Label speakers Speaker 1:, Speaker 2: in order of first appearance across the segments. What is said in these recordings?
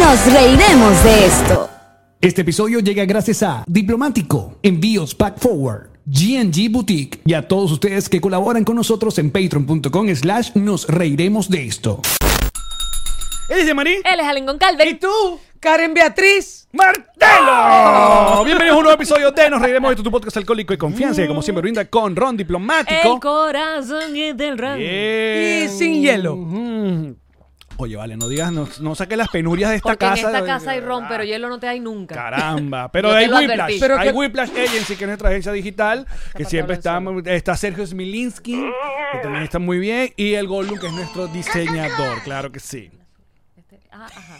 Speaker 1: Nos reiremos de esto.
Speaker 2: Este episodio llega gracias a Diplomático, Envíos Pack Forward, GNG Boutique y a todos ustedes que colaboran con nosotros en patreon.com slash nos reiremos de esto. Él es de Marín
Speaker 3: Él es Allen Goncalves.
Speaker 2: y tú,
Speaker 4: Karen Beatriz.
Speaker 3: ¡Oh!
Speaker 2: Martelo. Bienvenidos a un nuevo episodio de Nos reiremos de esto, tu podcast alcohólico y confianza que como
Speaker 3: Mm.
Speaker 2: siempre brinda con Ron Diplomático.
Speaker 3: El corazón es del rango.
Speaker 2: Bien.
Speaker 4: Y sin hielo.
Speaker 2: Mm. Oye, vale, no digas, no, no saques las penurias de esta
Speaker 3: Porque
Speaker 2: casa.
Speaker 3: en esta casa hay ron, pero hielo no te hay nunca.
Speaker 2: Caramba, pero
Speaker 3: Yo te
Speaker 2: hay
Speaker 3: lo
Speaker 2: Whiplash,
Speaker 3: advertí.
Speaker 4: Pero
Speaker 2: hay
Speaker 4: que- Ah,
Speaker 2: Whiplash Agency, que es nuestra agencia digital, que
Speaker 3: Pablo
Speaker 2: siempre está, está Sergio Smilinski, que también está muy bien, y el Gollum, que es nuestro diseñador, claro que sí.
Speaker 3: Ah, ajá.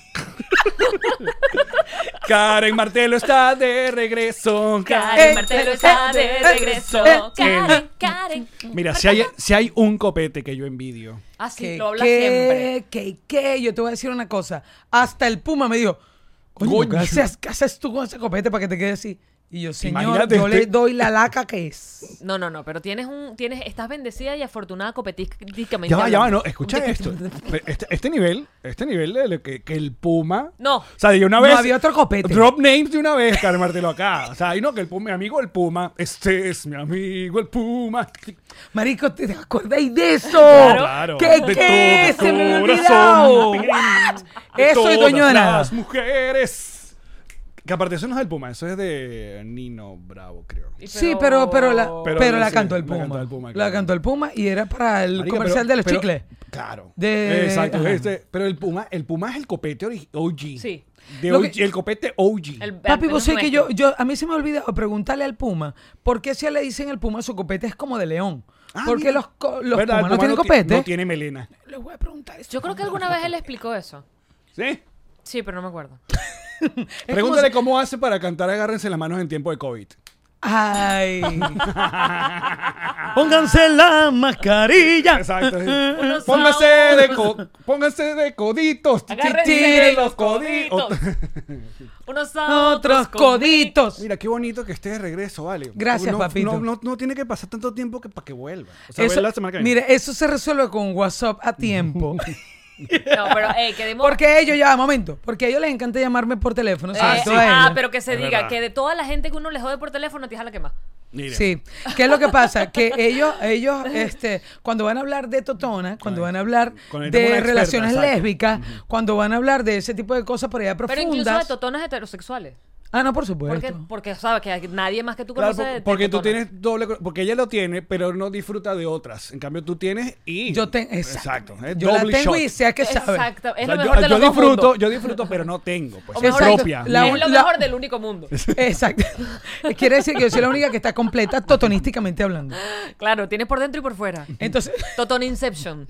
Speaker 2: Karen Martelo está de regreso.
Speaker 3: Karen
Speaker 4: Eh,
Speaker 3: Martelo
Speaker 4: eh,
Speaker 3: está de
Speaker 4: eh,
Speaker 3: regreso.
Speaker 4: eh,
Speaker 3: Karen, Karen.
Speaker 2: Mira, si hay, si hay un copete que yo envidio.
Speaker 3: Así
Speaker 4: Que,
Speaker 3: Ah, lo habla
Speaker 4: que,
Speaker 3: siempre.
Speaker 4: Que, que, yo te voy a decir una cosa. Hasta el Puma me dijo, coño, ¿qué haces, qué haces tú con ese copete para que te quede así? Y yo, señor,
Speaker 2: Imagínate
Speaker 4: yo
Speaker 2: usted-
Speaker 4: le doy la laca que es.
Speaker 3: No, no, no, pero tienes un, tienes, estás bendecida y afortunada copetísticamente.
Speaker 2: Ya va, ya va,
Speaker 3: hablando.
Speaker 2: no, escucha esto. Este, este nivel, este nivel de lo que, que el Puma.
Speaker 3: No.
Speaker 2: O sea, de una
Speaker 4: No
Speaker 2: vez.
Speaker 4: había otro copete.
Speaker 2: Drop names de una vez, Karen Martelo acá. O sea, hay no, que el Puma, mi amigo el Puma. Este es mi amigo el Puma.
Speaker 4: Marico, ¿te acordáis de eso?
Speaker 2: Claro.
Speaker 4: ¿Qué,
Speaker 2: De
Speaker 4: qué?
Speaker 2: todo
Speaker 4: Se me había olvidado.
Speaker 2: corazón.
Speaker 4: What?
Speaker 2: De
Speaker 4: Eso es dueño de
Speaker 2: todas
Speaker 4: nada.
Speaker 2: Las mujeres. Que aparte eso no es del Puma, eso es de Nino Bravo, creo.
Speaker 3: Y
Speaker 4: Sí, pero, pero, la,
Speaker 2: Pero
Speaker 4: pero,
Speaker 2: no
Speaker 4: la
Speaker 2: sé,
Speaker 4: cantó el
Speaker 2: la
Speaker 4: Puma. La
Speaker 2: cantó
Speaker 4: cantó
Speaker 2: el Puma, claro.
Speaker 4: el Puma y era para el
Speaker 2: Marica,
Speaker 4: comercial
Speaker 2: pero-
Speaker 4: de los
Speaker 2: pero-
Speaker 4: chicles.
Speaker 2: Claro.
Speaker 4: De-
Speaker 2: Exacto.
Speaker 4: ajá.
Speaker 2: este, pero el Puma, el Puma es el copete ori- OG.
Speaker 3: Sí.
Speaker 2: De
Speaker 4: Lo
Speaker 2: OG,
Speaker 4: que-
Speaker 2: el copete OG.
Speaker 3: El-
Speaker 4: Papi,
Speaker 3: el-
Speaker 4: vos
Speaker 3: el
Speaker 4: sabés que yo,
Speaker 3: nuestro.
Speaker 4: yo, a mí se me olvida preguntarle al Puma, ¿por qué si le dicen el Puma su copete es como de león?
Speaker 2: Ah,
Speaker 4: Porque
Speaker 2: mira.
Speaker 4: los, co- los
Speaker 2: ¿Verdad? El
Speaker 4: Pumas no tienen
Speaker 2: ti-
Speaker 4: copete.
Speaker 2: No tiene melena.
Speaker 4: Le voy a preguntar eso.
Speaker 3: Yo creo que alguna vez él explicó eso.
Speaker 2: ¿Sí?
Speaker 3: Sí, pero no me acuerdo.
Speaker 4: Es como
Speaker 2: Pregúntale
Speaker 4: si-
Speaker 2: cómo hace para cantar Agárrense las manos en tiempo de COVID.
Speaker 4: Ay. Pónganse la mascarilla.
Speaker 2: Exacto. sí.
Speaker 3: Unos
Speaker 2: pónganse,
Speaker 3: sábados.
Speaker 2: de co- pónganse de coditos.
Speaker 3: Agárrense
Speaker 2: Tiren
Speaker 3: de los coditos. Unos a
Speaker 4: Otros coditos.
Speaker 2: Mira, qué bonito que esté de regreso, vale.
Speaker 4: Gracias,
Speaker 2: no,
Speaker 4: papito.
Speaker 2: No, no, no tiene que pasar tanto tiempo que para que vuelva. O sea,
Speaker 4: Eso-
Speaker 2: vuelve la semana que viene.
Speaker 4: mire, eso se resuelve con WhatsApp a tiempo.
Speaker 3: No, pero, ey, que de mo-
Speaker 4: Porque ellos ya, momento, porque a ellos les encanta llamarme por teléfono.
Speaker 3: Eh,
Speaker 4: sobre todo a
Speaker 3: ah,
Speaker 4: ellos.
Speaker 3: pero que se
Speaker 2: Es
Speaker 3: diga
Speaker 2: verdad.
Speaker 3: que de toda la gente que uno le jode por teléfono, a ti es a la que más.
Speaker 2: Mire.
Speaker 4: Sí. ¿Qué es lo que pasa? Que ellos, ellos, este, cuando van a hablar de Totona, cuando
Speaker 2: Ay,
Speaker 4: van a hablar
Speaker 2: con el-
Speaker 4: de
Speaker 2: una experta,
Speaker 4: relaciones
Speaker 2: exacto.
Speaker 4: lésbicas, cuando van a hablar de ese tipo de cosas por allá
Speaker 3: Pero incluso de
Speaker 4: profundas.
Speaker 3: totonas heterosexuales.
Speaker 4: ah, no, por
Speaker 3: Porque,
Speaker 4: supuesto.
Speaker 3: porque sabes que hay- nadie más que tú
Speaker 2: Claro,
Speaker 3: conoces. de- de
Speaker 2: por- porque tú
Speaker 3: totonas.
Speaker 2: tienes doble. cro- Porque ella lo tiene, pero no disfruta de otras. En cambio, tú tienes y.
Speaker 4: Yo tengo,
Speaker 2: Exacto.
Speaker 4: exacto.
Speaker 2: es
Speaker 4: Yo la
Speaker 2: doble
Speaker 4: tengo
Speaker 2: shot.
Speaker 4: y sea que sabe.
Speaker 3: Exacto. Es
Speaker 2: O sea,
Speaker 3: lo mejor
Speaker 2: yo,
Speaker 3: de
Speaker 2: yo
Speaker 3: los dos
Speaker 2: disfruto,
Speaker 3: mundos.
Speaker 2: yo disfruto, pero no tengo. Pues,
Speaker 3: O
Speaker 2: es
Speaker 3: mejor dicho,
Speaker 2: propia.
Speaker 4: la
Speaker 3: es lo
Speaker 4: la-
Speaker 3: mejor del único mundo.
Speaker 4: Exacto. Quiere decir que yo soy la única que está completa totonísticamente hablando.
Speaker 3: Claro, tienes por dentro y por fuera.
Speaker 4: Entonces,
Speaker 3: Totón Inception.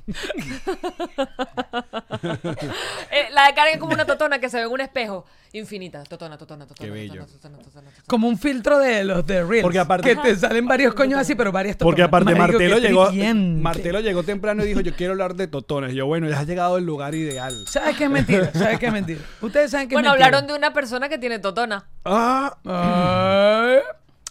Speaker 3: Eh, la de Karen es como una totona que se ve en un espejo. Infinita. Totona, totona, totona.
Speaker 2: Qué bello.
Speaker 3: Totona, totona, totona, totona.
Speaker 4: como un filtro de los de Reels.
Speaker 2: Porque aparte-
Speaker 4: Que te salen varios coños así, pero varias totonas.
Speaker 2: Porque aparte
Speaker 4: Marico,
Speaker 2: Martelo
Speaker 4: qué
Speaker 2: llegó,
Speaker 4: tripiente.
Speaker 2: Martelo llegó temprano y dijo, yo quiero hablar de totones. Y yo, bueno, ya has llegado al lugar ideal.
Speaker 4: ¿Sabes qué es mentira? ¿Sabes qué es mentira? Ustedes saben que
Speaker 3: Bueno,
Speaker 4: es mentira.
Speaker 3: hablaron de una persona que tiene totona.
Speaker 2: Ah,
Speaker 4: Ay.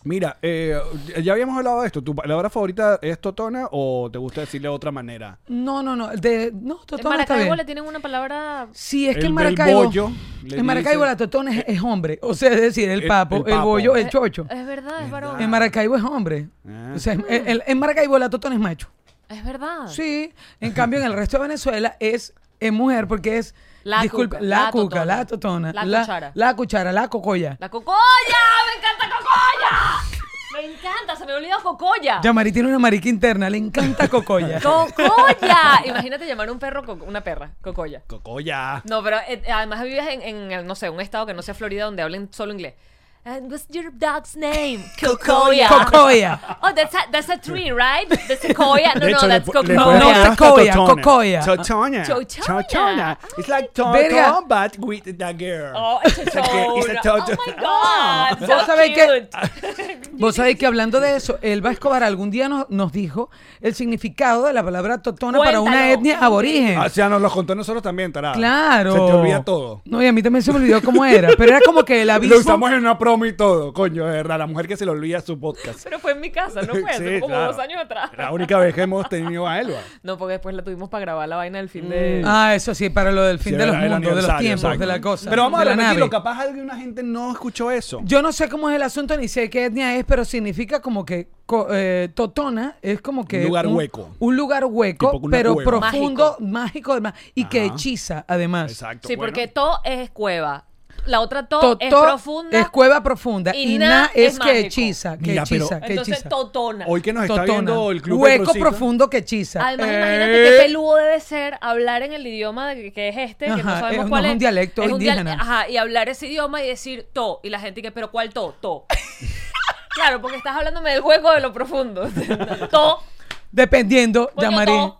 Speaker 2: mira, eh, ya habíamos hablado de esto. ¿Tu palabra favorita es totona o te gusta decirle de otra manera?
Speaker 4: No, no, no. De,
Speaker 3: En
Speaker 4: no, Totona está
Speaker 3: Maracaibo le
Speaker 4: bien.
Speaker 3: tienen una palabra.
Speaker 4: Sí, es que
Speaker 2: El-
Speaker 4: en
Speaker 2: el
Speaker 4: Maracaibo.
Speaker 2: bollo, le
Speaker 4: en Maracaibo
Speaker 2: dicen.
Speaker 4: la Totona es, es hombre. O sea, es decir, el
Speaker 2: El-
Speaker 4: papo,
Speaker 2: el
Speaker 4: el,
Speaker 2: papo.
Speaker 4: bollo, el
Speaker 3: Eh,
Speaker 4: chocho.
Speaker 3: Es verdad, es varón.
Speaker 4: En Maracaibo es hombre.
Speaker 2: Ah.
Speaker 4: O sea, en, en- en Maracaibo la Totona es macho.
Speaker 3: Es verdad.
Speaker 4: Sí. En cambio, en el resto de Venezuela es es mujer porque es.
Speaker 3: La
Speaker 4: disculpa,
Speaker 3: cuca,
Speaker 4: la,
Speaker 3: la
Speaker 4: cuca,
Speaker 3: totona.
Speaker 4: la totona.
Speaker 3: La cuchara.
Speaker 4: La cuchara, la cocoya.
Speaker 3: La cocoya, me encanta cocoya. Me encanta, se me olvidó cocoya.
Speaker 4: Yamari tiene una marica interna, le encanta cocoya.
Speaker 3: Cocoya. Imagínate llamar a un perro co- una perra, cocoya.
Speaker 5: Cocoya.
Speaker 3: No, pero eh, además vives en, en, no sé, un estado que no sea Florida donde hablen solo inglés. And what's your dog's name? Cocoya.
Speaker 4: Cocoya.
Speaker 3: Oh, that's a, that's a tree, right? The sequoia. No,
Speaker 2: De hecho,
Speaker 3: no,
Speaker 2: le
Speaker 3: that's
Speaker 2: pu- le
Speaker 3: cocoya.
Speaker 2: puedes
Speaker 4: No,
Speaker 2: poner hasta
Speaker 4: cocoya,
Speaker 2: totona.
Speaker 4: cocoya.
Speaker 2: Totona.
Speaker 3: Chochona.
Speaker 2: It's like
Speaker 4: Verga.
Speaker 2: totona, but with the girl.
Speaker 3: Oh, it's a
Speaker 2: Okay, it's a
Speaker 3: toad. Oh my
Speaker 2: toad.
Speaker 3: god. So
Speaker 4: Vos sabés que-
Speaker 3: cute.
Speaker 4: Vos sabés que hablando de eso, Elba Escobar algún día nos, nos dijo el significado de la palabra totona para una
Speaker 3: Cuéntalo.
Speaker 4: etnia aborigen.
Speaker 2: O sea, nos lo contó a nosotros también, tarada.
Speaker 4: Claro.
Speaker 2: Ah, Se te olvida todo.
Speaker 4: No, y a mí también se me olvidó cómo era. Pero era como que el
Speaker 2: Lo
Speaker 4: abismo.
Speaker 2: usamos en una promo y todo, coño, de verdad. La mujer que se le olvida su podcast.
Speaker 3: Pero fue en mi casa, no fue
Speaker 2: Sí,
Speaker 3: hace como
Speaker 2: claro.
Speaker 3: dos años atrás.
Speaker 2: La única vez que hemos tenido a Elba.
Speaker 3: No, porque después la tuvimos para grabar la vaina del fin de.
Speaker 4: Ah, eso sí, para lo del fin
Speaker 2: Sí,
Speaker 4: de los
Speaker 2: el
Speaker 4: mundos, de los
Speaker 2: aniversario,
Speaker 4: tiempos,
Speaker 2: exacto.
Speaker 4: de la cosa.
Speaker 2: Pero vamos a
Speaker 4: de la
Speaker 2: repetirlo,
Speaker 4: nave.
Speaker 2: capaz alguna gente no escuchó eso.
Speaker 4: Yo no sé cómo es el asunto ni sé qué etnia es, pero significa como que co- eh, Totona es como que.
Speaker 2: Un lugar hueco.
Speaker 4: Un lugar hueco,
Speaker 2: Tipo una
Speaker 4: pero
Speaker 2: cueva.
Speaker 4: profundo, mágico, además, y que
Speaker 2: Ajá.
Speaker 4: hechiza, además.
Speaker 2: Exacto.
Speaker 3: sí,
Speaker 2: bueno.
Speaker 3: porque to es cueva. La otra to,
Speaker 4: Totó
Speaker 3: es profunda.
Speaker 4: es cueva profunda
Speaker 3: y
Speaker 4: y
Speaker 3: na
Speaker 4: na
Speaker 3: es
Speaker 4: es
Speaker 3: mágico.
Speaker 4: que hechiza, que
Speaker 2: Mira, pero-
Speaker 4: hechiza, que
Speaker 3: Entonces,
Speaker 4: hechiza.
Speaker 3: totona.
Speaker 2: Hoy que nos está
Speaker 4: Totona.
Speaker 2: viendo el club Eh.
Speaker 4: Hueco
Speaker 2: Petrocito,
Speaker 4: profundo que hechiza.
Speaker 3: Además, imagínate
Speaker 4: Eh.
Speaker 3: qué peludo debe ser hablar en el idioma de- que es este, que no
Speaker 4: Ajá,
Speaker 3: sabemos
Speaker 4: es-
Speaker 3: cuál
Speaker 4: no,
Speaker 3: es.
Speaker 4: es un dialecto
Speaker 3: Es dial-
Speaker 4: indígena.
Speaker 3: Ajá, y hablar ese idioma y decir to. Y la gente que, ¿pero cuál to? To. claro, porque estás hablándome del juego de lo profundo. to.
Speaker 4: Dependiendo,
Speaker 3: Coño,
Speaker 4: llamaré.
Speaker 3: to.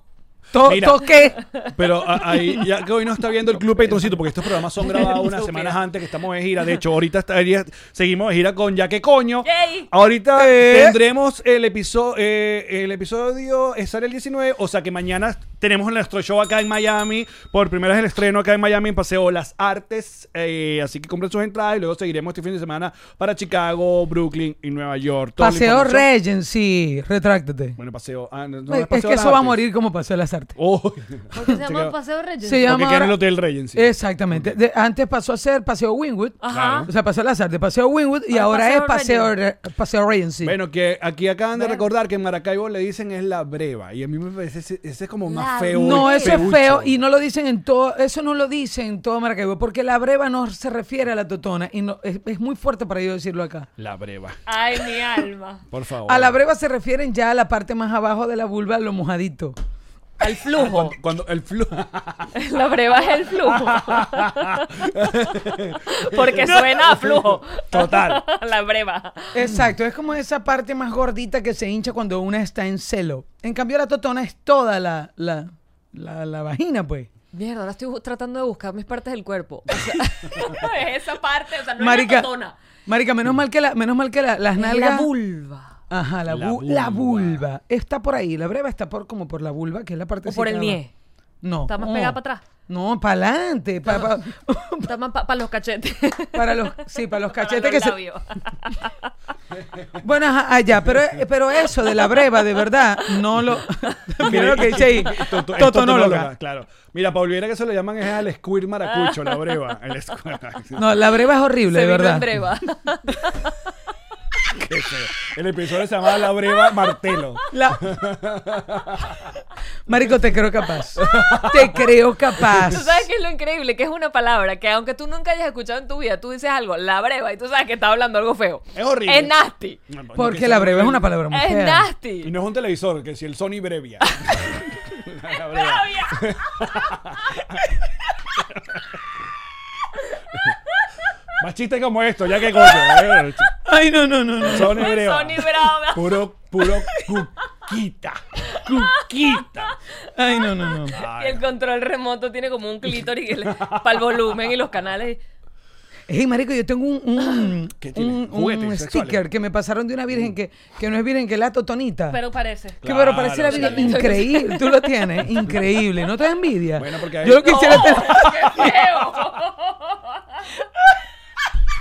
Speaker 4: To,
Speaker 2: Mira.
Speaker 4: to qué?
Speaker 2: Pero a- ahí, ya que hoy no está viendo el Club Petroncito, porque estos programas son grabados unas semanas antes que estamos de gira. De hecho, ahorita estaría- seguimos de gira con Ya que coño.
Speaker 3: Yay.
Speaker 2: Ahorita
Speaker 4: Eh.
Speaker 2: tendremos el episodio, el episodio eh, sale el 19, o sea que mañana tenemos nuestro show acá en Miami. Por primera vez el estreno acá en Miami en Paseo Las Artes. eh, así que compren sus entradas y luego seguiremos este fin de semana para Chicago, Brooklyn y Nueva York. Toda la
Speaker 4: Paseo
Speaker 2: información-
Speaker 4: Regency, retráctate.
Speaker 2: Bueno, paseo. ah, no, no,
Speaker 4: Pues, es
Speaker 2: Paseo
Speaker 4: que
Speaker 2: Las
Speaker 4: eso va a
Speaker 2: Artes.
Speaker 4: morir como Paseo de las Artes.
Speaker 2: Oh.
Speaker 3: ¿Por qué se llama
Speaker 2: quedó-
Speaker 3: Paseo Reyes?
Speaker 4: Se llama
Speaker 2: Porque queda en el
Speaker 4: ahora-
Speaker 2: Hotel Regency.
Speaker 4: Exactamente. De- antes pasó a ser Paseo Winwood.
Speaker 3: Ajá.
Speaker 4: O sea, Paseo de las Artes, Paseo Winwood y
Speaker 3: Ahora
Speaker 4: ahora
Speaker 3: Paseo
Speaker 4: es Paseo, Re- Paseo Regency.
Speaker 2: Bueno, que aquí acaban de recordar que en Maracaibo le dicen es la breva. Y a mí me parece ese, ese es como más
Speaker 3: La
Speaker 2: feo.
Speaker 4: No,
Speaker 2: y
Speaker 4: eso es
Speaker 2: feucho.
Speaker 4: feo y no lo dicen en todo, eso no lo dicen en todo Maracaibo, porque la breva no se refiere a la totona y no- es, es muy fuerte para yo decirlo acá.
Speaker 2: La breva.
Speaker 3: Ay, mi alma.
Speaker 2: Por favor.
Speaker 4: A la breva se refieren ya a la parte más abajo de la vulva, lo mojadito.
Speaker 3: Al flujo.
Speaker 2: Ah, Cuando, cuando el flujo.
Speaker 3: La breva es el flujo. Porque suena a flujo.
Speaker 2: Total.
Speaker 3: La breva.
Speaker 4: Exacto, es como esa parte más gordita que se hincha cuando una está en celo. En cambio la totona es toda la, la, la, la vagina, pues.
Speaker 3: Mierda, ahora estoy bu- tratando de buscar mis partes del cuerpo. O sea, es esa parte, o sea, no
Speaker 4: Marica,
Speaker 3: es la totona.
Speaker 4: Marica, menos mal que, la, menos mal que la- las
Speaker 3: Es
Speaker 4: nalgas...
Speaker 3: la vulva.
Speaker 4: Ajá, la,
Speaker 2: La
Speaker 4: bu- la
Speaker 2: vulva.
Speaker 4: vulva. Está por ahí, la breva está por como por la vulva, que es la parte...
Speaker 3: O por el
Speaker 4: nie.
Speaker 3: nie.
Speaker 4: No.
Speaker 3: Está más
Speaker 4: no.
Speaker 3: pegada para atrás.
Speaker 4: No, para adelante.
Speaker 3: Está más para los cachetes.
Speaker 4: para los, sí, para los cachetes
Speaker 3: Para los
Speaker 4: que
Speaker 3: labios.
Speaker 4: se. Bueno, ajá, allá, pero, pero eso de la breva, de verdad, no lo. Mira lo que dice ahí.
Speaker 2: Toto- es
Speaker 4: Totonóloga.
Speaker 2: Claro. Mira, para olvidar que eso le llaman es al squirt maracucho, la breva. El squirt.
Speaker 4: No, la breva es horrible,
Speaker 3: Se
Speaker 4: de
Speaker 3: vino
Speaker 4: verdad.
Speaker 3: en breva.
Speaker 2: Qué feo. El episodio se llama La breva martelo.
Speaker 4: La- Marico, te creo capaz. Te creo capaz.
Speaker 3: ¿Tú sabes qué es lo increíble? Que es una palabra que aunque tú nunca hayas escuchado en tu vida, tú dices algo, la breva, y tú sabes que está hablando algo feo.
Speaker 2: Es horrible.
Speaker 3: Es nasty.
Speaker 2: No, no, que
Speaker 4: Porque
Speaker 2: sea
Speaker 4: la
Speaker 2: muy
Speaker 4: breva es
Speaker 2: bien.
Speaker 4: una palabra muy
Speaker 3: Es
Speaker 4: fea.
Speaker 3: nasty.
Speaker 2: Y no es un televisor, que si el Sony Brevia. La breva. Más chistes como esto, ya que coño. ¿eh?
Speaker 4: Ay, no, no, no, no.
Speaker 2: Sony
Speaker 3: El
Speaker 2: Breva.
Speaker 3: Sony Brava.
Speaker 2: Puro, puro cuquita. Cuquita.
Speaker 4: Ay, no, no, no.
Speaker 3: Y el control remoto tiene como un clítoris para el volumen y los canales.
Speaker 4: Hey, marico, yo tengo un, un,
Speaker 2: ¿Qué tiene?
Speaker 4: un- un
Speaker 2: ¿Juguetes sexuales?
Speaker 4: sticker que me pasaron de una virgen que, que no es virgen, que es la totonita.
Speaker 3: Pero parece.
Speaker 4: Que pero parece la
Speaker 2: Claro,
Speaker 4: vida
Speaker 2: sí.
Speaker 4: increíble. Tú lo tienes, increíble. No te da envidia.
Speaker 2: Bueno, porque ahí-
Speaker 4: Yo lo quisiera tener.
Speaker 3: Oh, ¡Qué feo!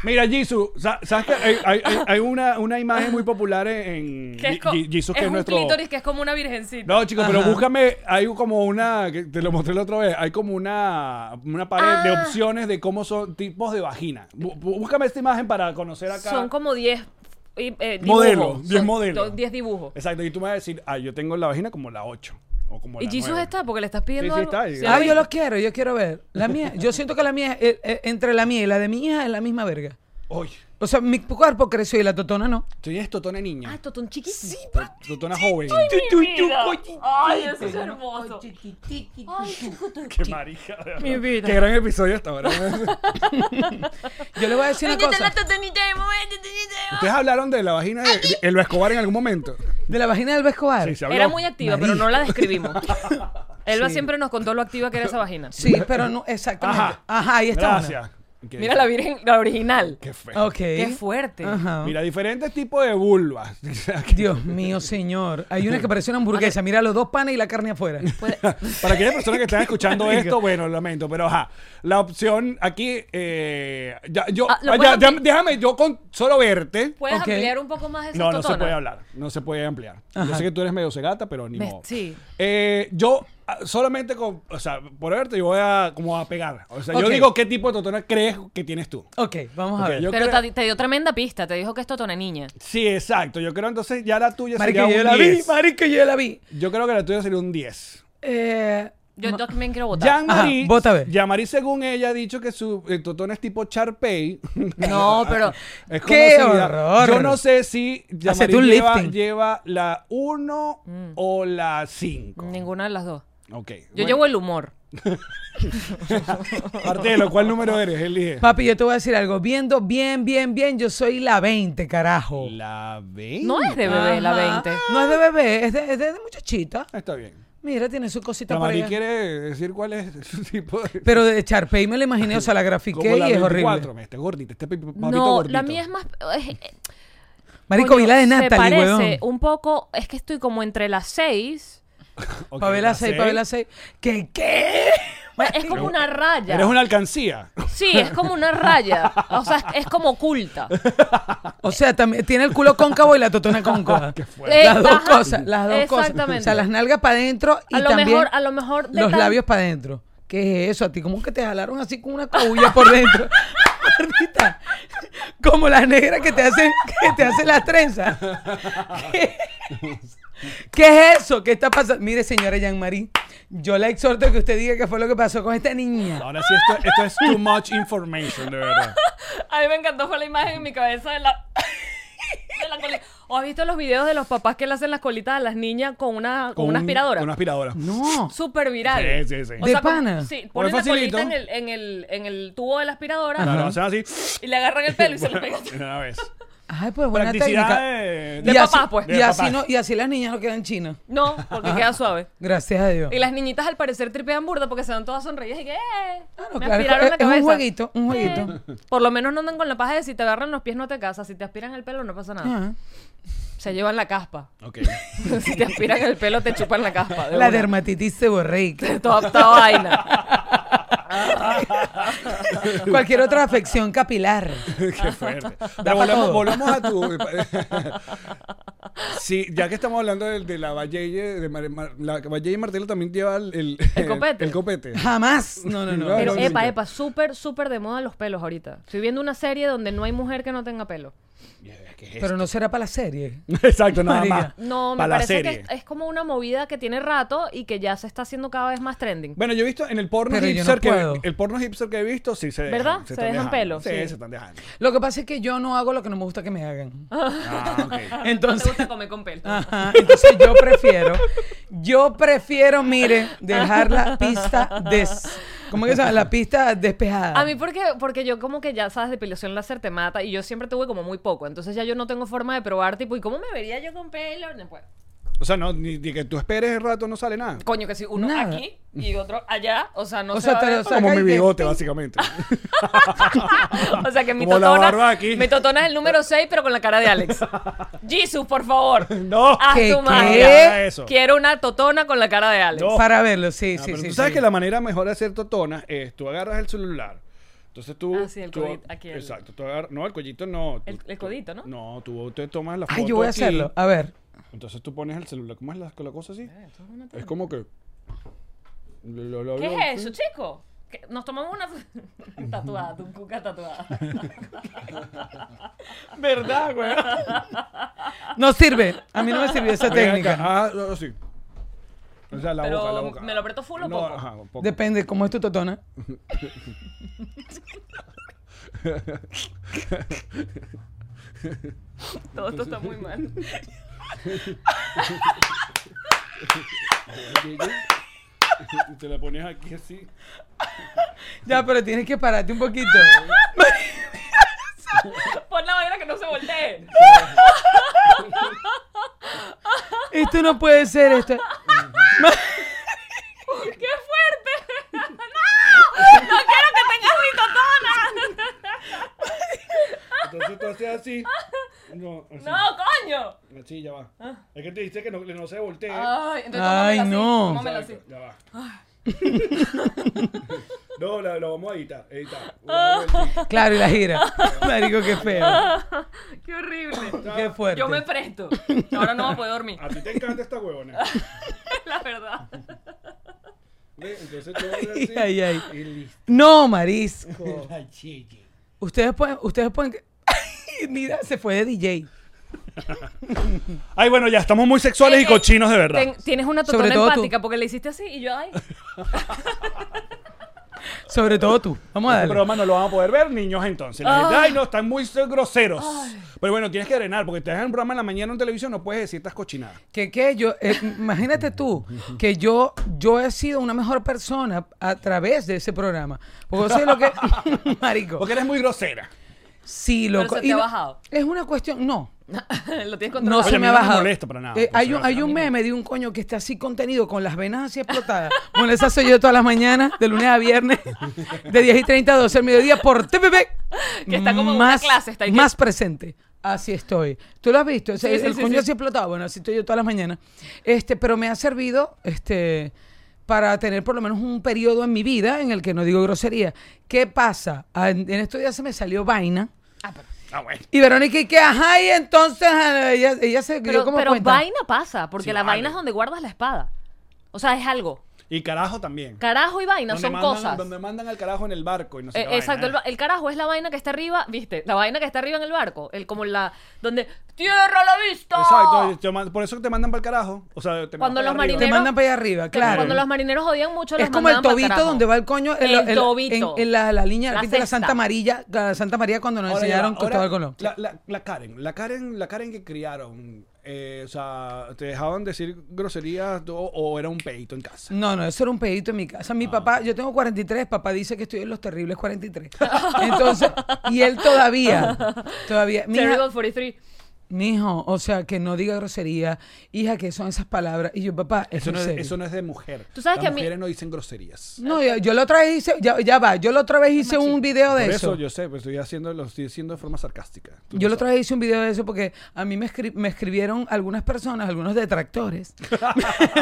Speaker 2: Mira, Jisoo, sa- ¿sabes qué? Hay, hay- hay- hay una, una imagen muy popular en, en
Speaker 3: Que es, co-
Speaker 2: Ji- Ji- Jisoo, que
Speaker 3: es
Speaker 2: es,
Speaker 3: un
Speaker 2: nuestro.
Speaker 3: clítoris que es como una virgencita.
Speaker 2: No, chicos, pero
Speaker 4: Ajá.
Speaker 2: búscame, hay como una, que te lo mostré la otra vez, hay como una, una pared de
Speaker 3: Ah.
Speaker 2: opciones de cómo son tipos de vagina. Bú- bú- Búscame esta imagen para conocer acá.
Speaker 3: Son como 10 y- eh, dibujos.
Speaker 2: Modelos, 10
Speaker 3: Son
Speaker 2: modelos.
Speaker 3: do- 10 dibujos.
Speaker 2: Exacto, y tú me vas a decir, ah, yo tengo la vagina como la 8. O como
Speaker 3: Y
Speaker 2: la
Speaker 3: Jesus
Speaker 2: nueve.
Speaker 3: está porque le estás pidiendo.
Speaker 2: Sí, sí,
Speaker 3: algo.
Speaker 2: está ahí.
Speaker 3: Sí,
Speaker 2: Ah,
Speaker 4: Ah,
Speaker 3: ahí.
Speaker 4: yo los quiero, yo quiero ver. La mía, yo siento que la mía, eh, eh, entre la mía y la de mi hija es la misma verga.
Speaker 2: Oye,
Speaker 4: O sea, mi cuerpo creció y la totona no.
Speaker 2: tú tienes totona niña.
Speaker 3: Ah, Totón chiquitito.
Speaker 2: totona joven.
Speaker 3: Ay, eso es hermoso.
Speaker 2: Qué marica. de verdad.
Speaker 3: Mi vida.
Speaker 2: Qué gran episodio hasta ahora.
Speaker 4: Yo le voy a decir una cosa.
Speaker 3: totonita de momento, totonita de
Speaker 2: Ustedes hablaron de la vagina de, de Elba Escobar en algún momento.
Speaker 4: De la vagina del Escobar.
Speaker 2: Sí, se habló.
Speaker 3: Era muy activa, pero
Speaker 2: Marica.
Speaker 3: no la describimos. Elba siempre nos contó lo activa que era esa vagina.
Speaker 4: Sí, pero no, exactamente. Ajá,
Speaker 2: Ajá.
Speaker 4: ahí está.
Speaker 2: Gracias. Ok.
Speaker 3: Mira la virgen, la original.
Speaker 2: Qué Ah. feo.
Speaker 4: Una. Ok.
Speaker 3: Qué fuerte.
Speaker 4: Ajá.
Speaker 2: Mira, diferentes tipos de vulvas. O sea, que-
Speaker 4: Dios mío, señor. Hay una que parece una hamburguesa. Mira los dos panes y la carne afuera.
Speaker 3: Puede-
Speaker 2: Para aquellas personas que están escuchando esto, bueno, lamento, pero ajá. La opción aquí, eh, ya, yo,
Speaker 3: Ah, ¿lo
Speaker 2: ya-
Speaker 3: puedes
Speaker 2: ya-
Speaker 3: ampliar?
Speaker 2: déjame yo con solo verte.
Speaker 3: ¿Puedes
Speaker 4: Ok.
Speaker 3: ampliar un poco más de esa
Speaker 2: No, no se
Speaker 3: totona?
Speaker 2: puede hablar, no se puede ampliar. Yo sé que tú eres medio cegata, pero ni
Speaker 3: Me-
Speaker 2: modo.
Speaker 3: sí.
Speaker 2: Eh, yo ah, solamente con, o sea, por verte yo voy a como a pegar. O sea,
Speaker 4: Ok.
Speaker 2: yo digo qué tipo de totona crees que tienes tú.
Speaker 4: Ok, vamos a
Speaker 2: Ok,
Speaker 4: ver.
Speaker 2: yo
Speaker 3: Pero
Speaker 2: creo-
Speaker 3: te, te dio tremenda pista. Te dijo que es totona niña.
Speaker 2: Sí, exacto. Yo creo entonces ya la tuya
Speaker 4: Marica,
Speaker 2: sería
Speaker 4: yo
Speaker 2: un
Speaker 4: la vi.
Speaker 2: 10.
Speaker 4: Marica, yo la vi.
Speaker 2: Yo creo que la tuya sería un 10.
Speaker 4: Eh,
Speaker 3: Yo, yo también quiero votar.
Speaker 2: Jean
Speaker 4: Ajá,
Speaker 2: Marie,
Speaker 4: vota a ver.
Speaker 2: Jean Marie, según ella, ha dicho que su eh, totona es tipo Charpey.
Speaker 3: No, pero.
Speaker 2: Es
Speaker 4: ¡Qué
Speaker 2: conocida.
Speaker 4: horror!
Speaker 2: Yo no sé si Jean
Speaker 4: Hacete
Speaker 2: Marie
Speaker 4: un
Speaker 2: lleva,
Speaker 4: lifting.
Speaker 2: lleva la 1 o la 5.
Speaker 3: Ninguna de las dos.
Speaker 2: Ok.
Speaker 3: Mm. Yo
Speaker 2: bueno.
Speaker 3: llevo el humor.
Speaker 2: Aparte de lo, ¿cuál número eres? Elige.
Speaker 4: papi, yo te voy a decir algo. Viendo bien, bien, bien, yo soy la 20, carajo.
Speaker 2: La B.
Speaker 3: No es de bebé la
Speaker 4: Ajá.
Speaker 3: 20.
Speaker 4: No es de bebé, es de, es de muchachita.
Speaker 2: Ah, Está bien.
Speaker 4: Mira, tiene su cosita
Speaker 2: Jean
Speaker 4: por
Speaker 2: Marie
Speaker 4: allá.
Speaker 2: quiere decir cuál es su tipo de...
Speaker 4: Pero de Charpey me la imaginé, o sea, la grafiqué
Speaker 2: Como la
Speaker 4: y es
Speaker 2: 24,
Speaker 4: horrible.
Speaker 2: me Este gordito, este papito
Speaker 3: no,
Speaker 2: gordito.
Speaker 3: la mía es más. eh, eh,
Speaker 4: Marico,
Speaker 3: coño,
Speaker 4: vi la de
Speaker 3: Se
Speaker 4: Natalie,
Speaker 3: parece
Speaker 4: weón.
Speaker 3: un poco. Es que estoy como entre las seis.
Speaker 2: Ok,
Speaker 4: Pavela
Speaker 2: la
Speaker 4: 6,
Speaker 2: seis.
Speaker 4: Pavela 6. ¿Qué? ¿Qué?
Speaker 3: Es como una raya.
Speaker 2: Eres una alcancía.
Speaker 3: Sí, es como una raya. O sea, es, es como oculta.
Speaker 4: O sea, también tiene el culo cóncavo y la totona cóncava.
Speaker 3: fuerte.
Speaker 4: Las
Speaker 3: Eh,
Speaker 4: dos
Speaker 3: Ajá,
Speaker 4: cosas, las dos cosas.
Speaker 3: exactamente.
Speaker 4: O sea, las nalgas para adentro y
Speaker 3: A lo
Speaker 4: también
Speaker 3: mejor- a lo mejor de
Speaker 4: los
Speaker 3: tan-
Speaker 4: labios para adentro. ¿Qué es eso? A ti como que te jalaron así con una cabulla por dentro. Gordita. Como las negras que te hacen que te hacen las trenzas. ¿Qué, qué es eso? ¿Qué está pasando? Mire, señora Jean-Marie, yo la exhorto que usted diga qué fue lo que pasó con esta niña.
Speaker 2: Ahora sí, esto, esto es too much information, de verdad.
Speaker 3: A mí me encantó fue la imagen en mi cabeza de la. De la colita. ¿O has visto los videos de los papás que le hacen las colitas a las niñas con una, con una
Speaker 2: un-
Speaker 3: aspiradora?
Speaker 2: Con una aspiradora.
Speaker 4: No.
Speaker 3: Súper viral.
Speaker 2: Sí, sí, sí.
Speaker 3: O
Speaker 4: ¿De
Speaker 3: sea, como-
Speaker 4: pana?
Speaker 3: Sí, ponen la
Speaker 2: facilito.
Speaker 3: colita en el, en, el, en el tubo de la aspiradora
Speaker 2: Claro, hacen así.
Speaker 3: y le agarran el pelo y se le pegan.
Speaker 2: De una vez.
Speaker 4: Ay, pues buena
Speaker 2: Practicidad
Speaker 4: técnica.
Speaker 2: de,
Speaker 3: De
Speaker 4: Y así-
Speaker 3: papá, pues.
Speaker 4: Y
Speaker 2: De
Speaker 4: así,
Speaker 2: papá.
Speaker 4: no, y así las niñas no quedan chinas.
Speaker 3: No, porque queda suave.
Speaker 4: Gracias a Dios.
Speaker 3: Y las niñitas al parecer tripean burda porque se dan todas sonreídas y que, eh,
Speaker 4: Ah, no,
Speaker 3: me
Speaker 4: claro,
Speaker 3: aspiraron
Speaker 4: es-
Speaker 3: la
Speaker 4: es
Speaker 3: cabeza.
Speaker 4: un jueguito, un jueguito.
Speaker 3: Eh, Por lo menos no andan con la paja de si te agarran los pies no te casas, si te aspiran el pelo no pasa nada.
Speaker 4: Ajá.
Speaker 3: Se llevan la caspa.
Speaker 2: Ok.
Speaker 3: si te aspiran el pelo te chupan la caspa.
Speaker 2: Ah,
Speaker 3: de
Speaker 4: La
Speaker 3: una.
Speaker 4: dermatitis seborreica.
Speaker 3: Toda esta vaina.
Speaker 4: Cualquier otra afección capilar.
Speaker 2: Qué fuerte.
Speaker 4: pa'
Speaker 2: Pero volvemos,
Speaker 4: todo.
Speaker 2: volvemos a tu. Sí, ya que estamos hablando de, de la Valle, de Mar- Mar- la Valle y Martelo también lleva el, el,
Speaker 3: El copete.
Speaker 2: el copete.
Speaker 4: Jamás. No, no, no.
Speaker 3: Pero
Speaker 2: no,
Speaker 3: epa,
Speaker 2: no.
Speaker 3: epa, súper, súper de moda los pelos ahorita. Estoy viendo una serie donde no hay mujer que no tenga pelo.
Speaker 4: Pero no será para la serie.
Speaker 2: Exacto, nada
Speaker 4: Marica.
Speaker 2: más.
Speaker 3: No, me
Speaker 2: Para la
Speaker 3: parece que
Speaker 2: serie.
Speaker 3: es, es como una movida que tiene rato y que ya se está haciendo cada vez más trending.
Speaker 2: Bueno, yo he visto en el porno
Speaker 4: Pero yo no
Speaker 2: hipster
Speaker 4: puedo.
Speaker 2: que el porno hipster que he visto, sí se dejan,
Speaker 3: ¿Verdad? Se
Speaker 2: están
Speaker 3: dejan
Speaker 2: dejando.
Speaker 3: pelo,
Speaker 2: Sí,
Speaker 3: sí.
Speaker 2: se están dejando.
Speaker 4: Lo que pasa es que yo no hago lo que no me gusta que me hagan.
Speaker 2: Ah, ok.
Speaker 3: No te
Speaker 4: Entonces,
Speaker 3: gusta comer con pelo.
Speaker 4: ajá, entonces yo prefiero, yo prefiero, mire, dejar la pista des, ¿cómo que se llama? La pista despejada.
Speaker 3: A mí porque, porque yo como que ya sabes, depilación láser te mata y yo siempre tuve como muy poco. Entonces ya yo no tengo forma de probar, tipo, ¿y cómo me vería yo con pelo? No pues, puedo.
Speaker 2: O sea, no, ni, ni que tú esperes el rato no sale nada.
Speaker 3: Coño, que si uno
Speaker 4: Nada.
Speaker 3: aquí y otro allá, o sea, no
Speaker 4: O
Speaker 3: se
Speaker 4: sea,
Speaker 3: va a
Speaker 4: te-
Speaker 3: ver.
Speaker 4: o sea,
Speaker 2: Como
Speaker 4: Saca
Speaker 2: mi
Speaker 4: y te-
Speaker 2: bigote, básicamente.
Speaker 3: O sea, que mi
Speaker 2: Como la barba
Speaker 3: totona,
Speaker 2: aquí.
Speaker 3: mi totona es el número 6, pero con la cara de Alex. Jesus, por favor.
Speaker 2: No.
Speaker 3: Haz
Speaker 4: ¿Qué,
Speaker 3: tu magia.
Speaker 4: qué?
Speaker 2: Haga eso.
Speaker 3: Quiero una totona con la cara de Alex.
Speaker 2: No.
Speaker 4: Para verlo, sí,
Speaker 2: Ah,
Speaker 4: sí,
Speaker 2: pero
Speaker 4: sí.
Speaker 2: tú sabes
Speaker 4: sí.
Speaker 2: que la manera mejor de hacer totona es tú agarras el celular. Entonces tú.
Speaker 3: Ah, sí, el
Speaker 2: tú-
Speaker 3: codito, aquí el-
Speaker 2: Exacto. Tú agarras, no, el cuellito no.
Speaker 3: El-
Speaker 2: tú-
Speaker 3: el
Speaker 2: tú-
Speaker 3: codito, ¿no?
Speaker 2: No, tú te tomas la foto.
Speaker 4: Ay, yo voy a
Speaker 2: aquí,
Speaker 4: hacerlo. Ah. A ver.
Speaker 2: Entonces tú pones el celular. ¿Cómo es la, la cosa así?
Speaker 3: Eh,
Speaker 2: Es como que. lo- lo- lo-
Speaker 3: ¿Qué
Speaker 2: lo-
Speaker 3: es eso, chico? ¿Qué- Nos tomamos una tatuada, tu cuca tatuada.
Speaker 4: ¿Verdad, güey? No sirve. A mí no me sirvió esa
Speaker 3: Ah,
Speaker 2: Ven acá,
Speaker 4: técnica.
Speaker 2: Ah, así. O sea, la
Speaker 3: Pero,
Speaker 2: boca, la boca.
Speaker 3: ¿me lo aprieto full o
Speaker 2: No,
Speaker 3: poco?
Speaker 2: ajá, poco.
Speaker 4: Depende, ¿cómo es tu totona?
Speaker 3: Todo esto está muy mal.
Speaker 2: Te la pones aquí así.
Speaker 4: Ya, pero tienes que pararte un poquito.
Speaker 3: Pon la vaina que no se voltee.
Speaker 4: Esto no puede ser, esto.
Speaker 3: ¡Qué fuerte! ¡No! ¡No quiero que tengas mi totona!
Speaker 2: Entonces tú haces así. No, así.
Speaker 3: ¡No, Ah. coño!
Speaker 2: Así, ya va. Es que te dice que no, que no se voltee.
Speaker 3: Ay, entonces
Speaker 4: Ay,
Speaker 3: tómamela así,
Speaker 4: no.
Speaker 3: tómamela así. Ah.
Speaker 2: Exacto, ya va. no, la- lo vamos a editar. editar. Una
Speaker 3: Ah.
Speaker 2: vueltita.
Speaker 4: Claro, y la gira. Marico, qué feo.
Speaker 3: ¡Qué horrible!
Speaker 4: Qué fuerte.
Speaker 3: Yo me presto. Ahora no voy a poder dormir.
Speaker 2: A ti te encanta esta huevona.
Speaker 3: La verdad.
Speaker 2: ¿Ve? Entonces tú haces
Speaker 4: Ay,
Speaker 2: así.
Speaker 4: ay, ay.
Speaker 2: Y listo.
Speaker 4: No, marisco. Ustedes pueden, ustedes pueden. Mira, se fue de DJ.
Speaker 2: Ay, bueno, ya estamos muy sexuales y
Speaker 3: Eh,
Speaker 2: cochinos de verdad.
Speaker 3: Ten- tienes una
Speaker 4: Sobre
Speaker 3: totona
Speaker 4: todo tú.
Speaker 3: empática porque le hiciste así y yo, ay.
Speaker 4: Sobre todo tú. Vamos a
Speaker 2: Este
Speaker 4: darle.
Speaker 2: programa no lo van a poder ver niños entonces. La
Speaker 3: Ah.
Speaker 2: gente, ay, no, están muy groseros. Pero bueno, tienes que drenar, porque te dejan un programa en la mañana en televisión, no puedes decir estas cochinadas.
Speaker 4: Que, que yo, eh, imagínate tú, que yo, yo he sido una mejor persona a través de ese programa. Porque yo sé lo que. Marico.
Speaker 2: Porque eres muy grosera.
Speaker 4: Sí,
Speaker 3: Pero
Speaker 4: loco.
Speaker 3: se te
Speaker 4: Y
Speaker 3: ha
Speaker 4: no-
Speaker 3: bajado.
Speaker 4: Es una cuestión. No.
Speaker 3: Lo tienes
Speaker 4: No
Speaker 3: controlado.
Speaker 2: Oye,
Speaker 4: se
Speaker 2: a mí
Speaker 4: me ha
Speaker 2: no me
Speaker 4: bajado.
Speaker 2: molesta para nada,
Speaker 4: Eh,
Speaker 2: por
Speaker 4: hay,
Speaker 2: si
Speaker 4: un,
Speaker 2: acaso,
Speaker 4: hay
Speaker 2: a
Speaker 4: un
Speaker 2: mí no.
Speaker 4: meme de un coño que está así contenido con las venas así explotadas. Bueno, esa soy yo todas las mañanas, de lunes a viernes, de 10 y 30 a 12 del mediodía por TPP.
Speaker 3: Que está como en una clase, está ahí que-
Speaker 4: Más presente. Así estoy. ¿Tú lo has visto? O sea,
Speaker 3: Sí, sí,
Speaker 4: el
Speaker 3: sí,
Speaker 4: coño
Speaker 3: sí.
Speaker 4: así explotado. Bueno, así estoy yo todas las mañanas. Este, pero me ha servido este, para tener por lo menos un periodo en mi vida en el que no digo grosería. ¿Qué pasa? Ah, En, en estos días se me salió vaina.
Speaker 2: Ah, bueno.
Speaker 4: Y Verónica, y que ajá, y entonces ah, ella, ella se dio
Speaker 3: Pero,
Speaker 4: como
Speaker 3: pero
Speaker 4: cuenta.
Speaker 3: vaina pasa, porque
Speaker 2: Sí,
Speaker 3: la
Speaker 2: vale.
Speaker 3: vaina es donde guardas la espada. O sea, es algo.
Speaker 2: Y carajo también.
Speaker 3: Carajo y vaina
Speaker 2: Donde
Speaker 3: son
Speaker 2: mandan-
Speaker 3: cosas.
Speaker 2: Donde mandan al carajo en el barco y no sé
Speaker 3: Eh,
Speaker 2: qué vaina,
Speaker 3: exacto,
Speaker 2: ¿eh?
Speaker 3: el, ba- el carajo es la vaina que está arriba, ¿viste? La vaina que está arriba en el barco. El como la. Donde. ¡Tierra la vista!
Speaker 2: Exacto, te man- por eso que te mandan para el carajo. O sea, te
Speaker 3: Cuando
Speaker 2: mandan
Speaker 3: los
Speaker 2: para arriba.
Speaker 4: Te
Speaker 3: marineros-
Speaker 4: mandan para allá arriba, claro.
Speaker 3: Cuando los marineros odian mucho los
Speaker 4: es como el
Speaker 3: mandaban pa'l
Speaker 4: tobito
Speaker 3: carajo.
Speaker 4: donde va el coño en,
Speaker 3: El,
Speaker 4: la- en la-
Speaker 3: tobito.
Speaker 4: en- en la, la línea
Speaker 3: La
Speaker 4: de la Santa
Speaker 3: cesta.
Speaker 4: María, la Santa María cuando nos
Speaker 2: Ahora ya va,
Speaker 4: enseñaron
Speaker 2: ahora,
Speaker 4: Cristóbal Colón.
Speaker 2: La, la- la Karen, la Karen, la Karen que criaron, eh, o sea, te dejaban decir groserías o, o era un peito en casa.
Speaker 4: No, no, eso era un pedito en mi casa.
Speaker 3: Ah,
Speaker 4: Mi papá, yo tengo 43, papá dice que estoy en los terribles 43. Entonces, y él todavía, todavía, mija,
Speaker 3: Terrible 43.
Speaker 4: mijo, o sea, que no diga grosería, hija, que son esas palabras. Y yo, papá,
Speaker 2: Eso no, es,
Speaker 4: Mm, serio.
Speaker 2: eso no es de mujer.
Speaker 3: Tú sabes
Speaker 2: Las
Speaker 3: que a mí-
Speaker 2: mujeres no dicen groserías.
Speaker 4: No, yo, yo la otra vez hice, ya, ya va, yo la otra vez hice un video de
Speaker 2: Por
Speaker 4: eso.
Speaker 2: eso yo sé, pues estoy haciendo, lo estoy diciendo de forma sarcástica. Tú
Speaker 4: Yo
Speaker 2: lo
Speaker 4: la otra vez hice un video de eso porque a mí me, escri- me escribieron algunas personas, algunos detractores.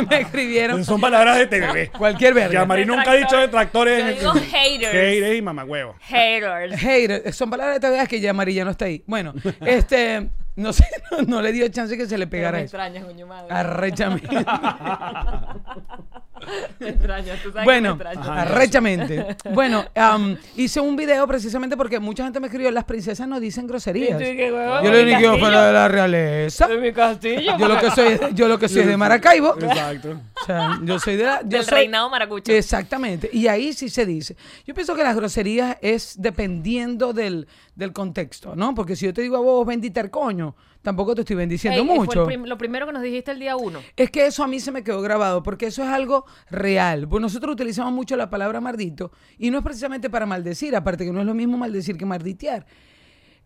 Speaker 4: me escribieron.
Speaker 2: sabes. Son palabras de TV.
Speaker 4: Cualquier verga.
Speaker 2: Que a Mari nunca ha dicho detractores.
Speaker 3: Yo
Speaker 2: en el-
Speaker 3: digo haters.
Speaker 2: Haters y mamagüevo.
Speaker 3: Haters.
Speaker 4: Hater, son palabras de teorías que ya amarilla no está ahí. Bueno, este, no sé, no, no le dio chance que se le
Speaker 3: Pero
Speaker 4: pegara
Speaker 3: me
Speaker 4: eso.
Speaker 3: extrañas, coño madre.
Speaker 4: Arrechamente.
Speaker 3: Me extrañas, tú sabes
Speaker 4: Bueno,
Speaker 3: que me extrañas.
Speaker 4: Ajá, arrechamente. Bueno, am, hice un video precisamente porque mucha gente me escribió, las princesas no dicen groserías.
Speaker 3: Sí, qué huevo,
Speaker 4: Yo lo
Speaker 3: mi
Speaker 4: único que digo fue
Speaker 3: castillo.
Speaker 4: lo de la realeza.
Speaker 3: De mi castillo.
Speaker 4: Yo lo que soy, yo lo que soy es de Maracaibo.
Speaker 2: Exacto.
Speaker 4: O sea, yo soy de la, yo
Speaker 3: Del
Speaker 4: soy-
Speaker 3: reinado maracucho.
Speaker 4: Exactamente. Y ahí sí se dice. Yo pienso que las groserías es dependiendo del, del contexto, ¿no? Porque si yo te digo a vos bendita el coño, tampoco te estoy bendiciendo
Speaker 3: Ey, fue el
Speaker 4: mucho.
Speaker 3: prim- lo primero que nos dijiste el día uno.
Speaker 4: Es que eso a mí se me quedó grabado, porque eso es algo real. Pues nosotros utilizamos mucho la palabra mardito, y no es precisamente para maldecir, aparte que no es lo mismo maldecir que marditear.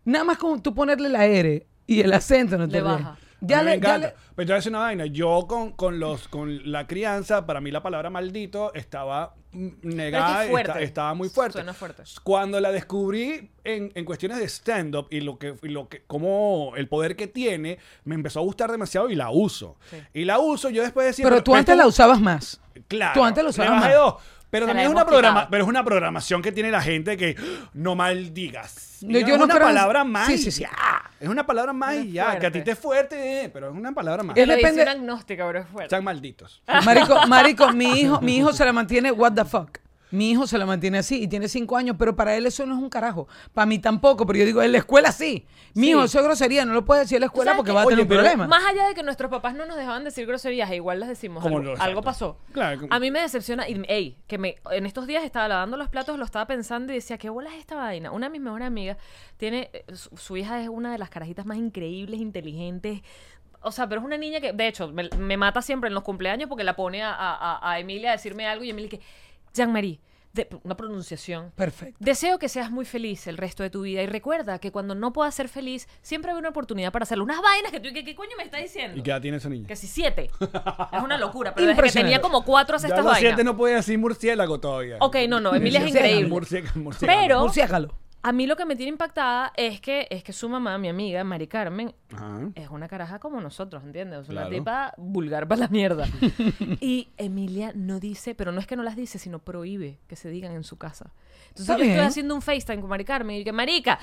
Speaker 4: Nada más con tú ponerle la R y el acento, no te
Speaker 3: Le
Speaker 4: rías.
Speaker 3: baja.
Speaker 2: Ya
Speaker 4: Ya
Speaker 2: me
Speaker 4: le, ya
Speaker 2: encanta.
Speaker 4: le-
Speaker 2: Pero te voy a decir una vaina. Yo con, con los con la crianza, para mí la palabra maldito estaba mm, negada,
Speaker 3: Pero es que es fuerte.
Speaker 2: esta- estaba muy fuerte.
Speaker 3: Suena fuerte.
Speaker 2: Cuando la descubrí en, en cuestiones de stand up y lo que y lo que como el poder que tiene, me empezó a gustar demasiado y la uso. Y la uso, yo después decía,
Speaker 4: Pero tú
Speaker 2: pero
Speaker 4: antes
Speaker 2: esto-
Speaker 4: la usabas más.
Speaker 2: Claro.
Speaker 4: Tú antes
Speaker 2: le
Speaker 4: lo usabas
Speaker 2: bajé
Speaker 4: más.
Speaker 2: dos. Pero
Speaker 3: Se la
Speaker 2: también es
Speaker 3: hemos
Speaker 2: una, programa,
Speaker 3: quitado.
Speaker 2: pero es una programación que tiene la gente que ¡Ah! no maldigas.
Speaker 4: No,
Speaker 2: Y
Speaker 4: yo
Speaker 2: es
Speaker 4: no
Speaker 2: una
Speaker 4: creo-
Speaker 2: palabra más
Speaker 4: Sí,
Speaker 2: y
Speaker 4: sí, sí.
Speaker 2: ya. Es una palabra más y ya. Que a ti
Speaker 3: fuerte.
Speaker 2: te es fuerte, eh, pero es una palabra más.
Speaker 4: Es
Speaker 3: Lo dice
Speaker 4: depende-
Speaker 3: una agnóstica, pero es fuerte.
Speaker 2: Están malditos.
Speaker 4: Marico, marico, mi hijo, mi hijo se la mantiene what the fuck. Mi hijo se la mantiene así y tiene cinco años, pero para él eso no es un carajo. Para mí tampoco, pero yo digo, en la escuela sí. Mi hijo, eso es grosería, no lo puedes decir en la
Speaker 3: ¿Tú
Speaker 4: escuela
Speaker 3: sabes
Speaker 4: porque
Speaker 3: que-
Speaker 4: va a tener
Speaker 2: Oye,
Speaker 4: un
Speaker 2: pero-
Speaker 4: problema.
Speaker 3: Más allá de que nuestros papás no nos dejaban decir groserías, e igual las decimos.
Speaker 2: Como
Speaker 3: Algo,
Speaker 2: lo- exacto.
Speaker 3: algo pasó.
Speaker 2: Claro, como-
Speaker 3: A mí me decepciona. Y, ey, que me, en estos días estaba lavando los platos, lo estaba pensando y decía, ¿qué bola es esta vaina? Una de mis mejores amigas tiene. eh, Su, su hija es una de las carajitas más increíbles, inteligentes. O sea, pero es una niña que, de hecho, me, me mata siempre en los cumpleaños porque la pone a, a- a- a Emilia a decirme algo y Emilia que, Jean-Marie, de- una pronunciación.
Speaker 4: Perfecto.
Speaker 3: Deseo que seas muy feliz el resto de tu vida y recuerda que cuando no puedas ser feliz, siempre hay una oportunidad para hacerlo. Unas vainas que tú, ¿qué, qué coño me está diciendo?
Speaker 2: ¿Y qué edad tiene esa niña?
Speaker 3: Que si siete. Es una locura, pero desde que
Speaker 4: Impresionante.
Speaker 3: tenía como cuatro hace
Speaker 2: Ya a
Speaker 3: estas
Speaker 2: los
Speaker 3: vainas.
Speaker 2: siete no podía decir murciélago todavía.
Speaker 3: Ok, no, no, Emilia es
Speaker 4: Murciélago,
Speaker 3: increíble.
Speaker 2: Murciélago, murciélago.
Speaker 3: Pero
Speaker 4: Murciélago.
Speaker 3: a mí lo que me tiene impactada es que, es que su mamá, mi amiga, Mari Carmen,
Speaker 2: Ajá.
Speaker 3: es una caraja como nosotros, ¿entiendes? Es una
Speaker 2: Claro.
Speaker 3: tipa vulgar para la mierda. y Emilia no dice, pero no es que no las dice, sino prohíbe que se digan en su casa. Entonces
Speaker 4: Está
Speaker 3: yo
Speaker 4: bien.
Speaker 3: estoy haciendo un FaceTime con Mari Carmen y yo que marica,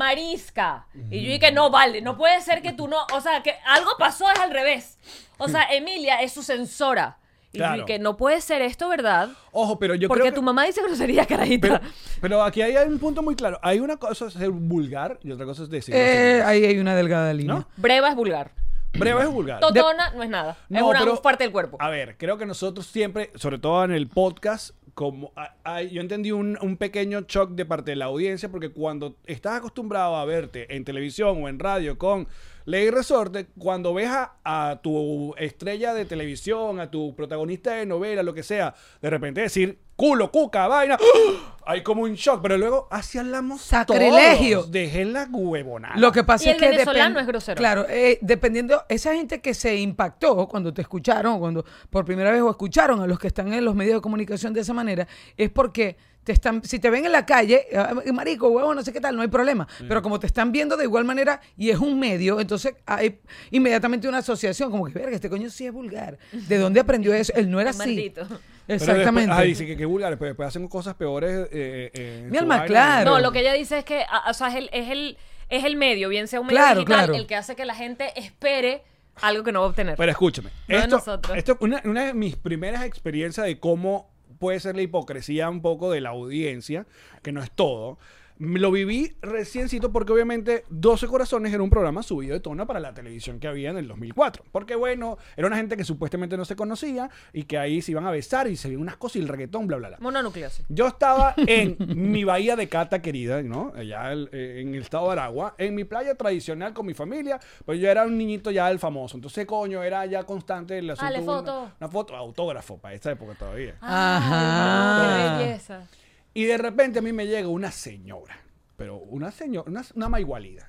Speaker 3: marisca. Y
Speaker 2: Mm.
Speaker 3: yo dije, no, vale, no puede ser que tú no, o sea, que algo pasó es al revés. O sea, Emilia es su censora. Y yo
Speaker 2: Claro.
Speaker 3: dije, no puede ser esto, ¿verdad?
Speaker 2: Ojo, pero yo
Speaker 3: Porque
Speaker 2: creo que...
Speaker 3: tu mamá dice grosería, carajita.
Speaker 2: Pero, pero aquí hay un punto muy claro. Hay una cosa es ser vulgar y otra cosa es decir.
Speaker 4: Eh,
Speaker 2: groserías.
Speaker 4: ahí hay una delgada línea.
Speaker 2: ¿No?
Speaker 3: Breva es vulgar.
Speaker 2: Breve es vulgar.
Speaker 3: Totona no es nada. es
Speaker 2: No,
Speaker 3: una
Speaker 2: pero-
Speaker 3: parte del cuerpo.
Speaker 2: A ver, creo que nosotros siempre, sobre todo en el podcast, como a- a- yo entendí un, un pequeño shock de parte de la audiencia, porque cuando estás acostumbrado a verte en televisión o en radio con Ley Resorte, cuando ves a, a tu estrella de televisión, a tu protagonista de novela, lo que sea, de repente decir culo, cuca, vaina, ¡ah! hay como un shock, pero luego hacia la
Speaker 4: Sacrilegio.
Speaker 2: Dejen la huevonada.
Speaker 4: Lo que pasa
Speaker 3: Y
Speaker 4: es
Speaker 3: el
Speaker 4: que
Speaker 3: venezolano
Speaker 4: depen-
Speaker 3: es grosero.
Speaker 4: Claro, eh, dependiendo esa gente que se impactó cuando te escucharon, cuando por primera vez o escucharon a los que están en los medios de comunicación de esa manera, es porque te están, si te ven en la calle, eh, marico, huevo, no sé qué tal, no hay problema. Pero como te están viendo de igual manera y es un medio, entonces hay inmediatamente una asociación como que verga, este coño sí es vulgar. ¿De dónde aprendió eso? Él no era así.
Speaker 3: Maldito.
Speaker 2: Pero
Speaker 4: Exactamente.
Speaker 2: Después, ay, sí, que, que vulgares, pero después hacen cosas peores. eh, eh, en
Speaker 4: Mi
Speaker 2: su
Speaker 4: alma,
Speaker 2: vaina.
Speaker 4: claro.
Speaker 3: No, lo que ella dice es que, a- o sea, es el, es el, es el medio, bien sea un medio
Speaker 4: Claro,
Speaker 3: digital,
Speaker 4: claro.
Speaker 3: el que hace que la gente espere algo que no va a obtener.
Speaker 2: Pero escúchame,
Speaker 3: No de
Speaker 2: esto,
Speaker 3: nosotros.
Speaker 2: esto una, una de mis primeras experiencias de cómo puede ser la hipocresía un poco de la audiencia, que no es todo. m- Lo viví reciencito porque obviamente 12 Corazones era un programa subido de tono para la televisión que había en el 2004. Porque bueno, era una gente que supuestamente no se conocía y que ahí se iban a besar y se veían unas cosas y el reggaetón, bla, bla, bla.
Speaker 3: Mononucleosis.
Speaker 2: Yo estaba en mi bahía de Cata querida, ¿no? Allá el- eh, en el estado de Aragua, en mi playa tradicional con mi familia, pues yo era un niñito ya del famoso. Entonces, coño, era ya constante el asunto.
Speaker 3: Dale,
Speaker 2: una-
Speaker 3: foto. Ah.
Speaker 2: Una, foto, autógrafo para esta época todavía.
Speaker 3: Ay,
Speaker 4: Ajá.
Speaker 3: qué belleza.
Speaker 2: Y de repente a mí me llega una señora, pero una señora, una, una maigualida.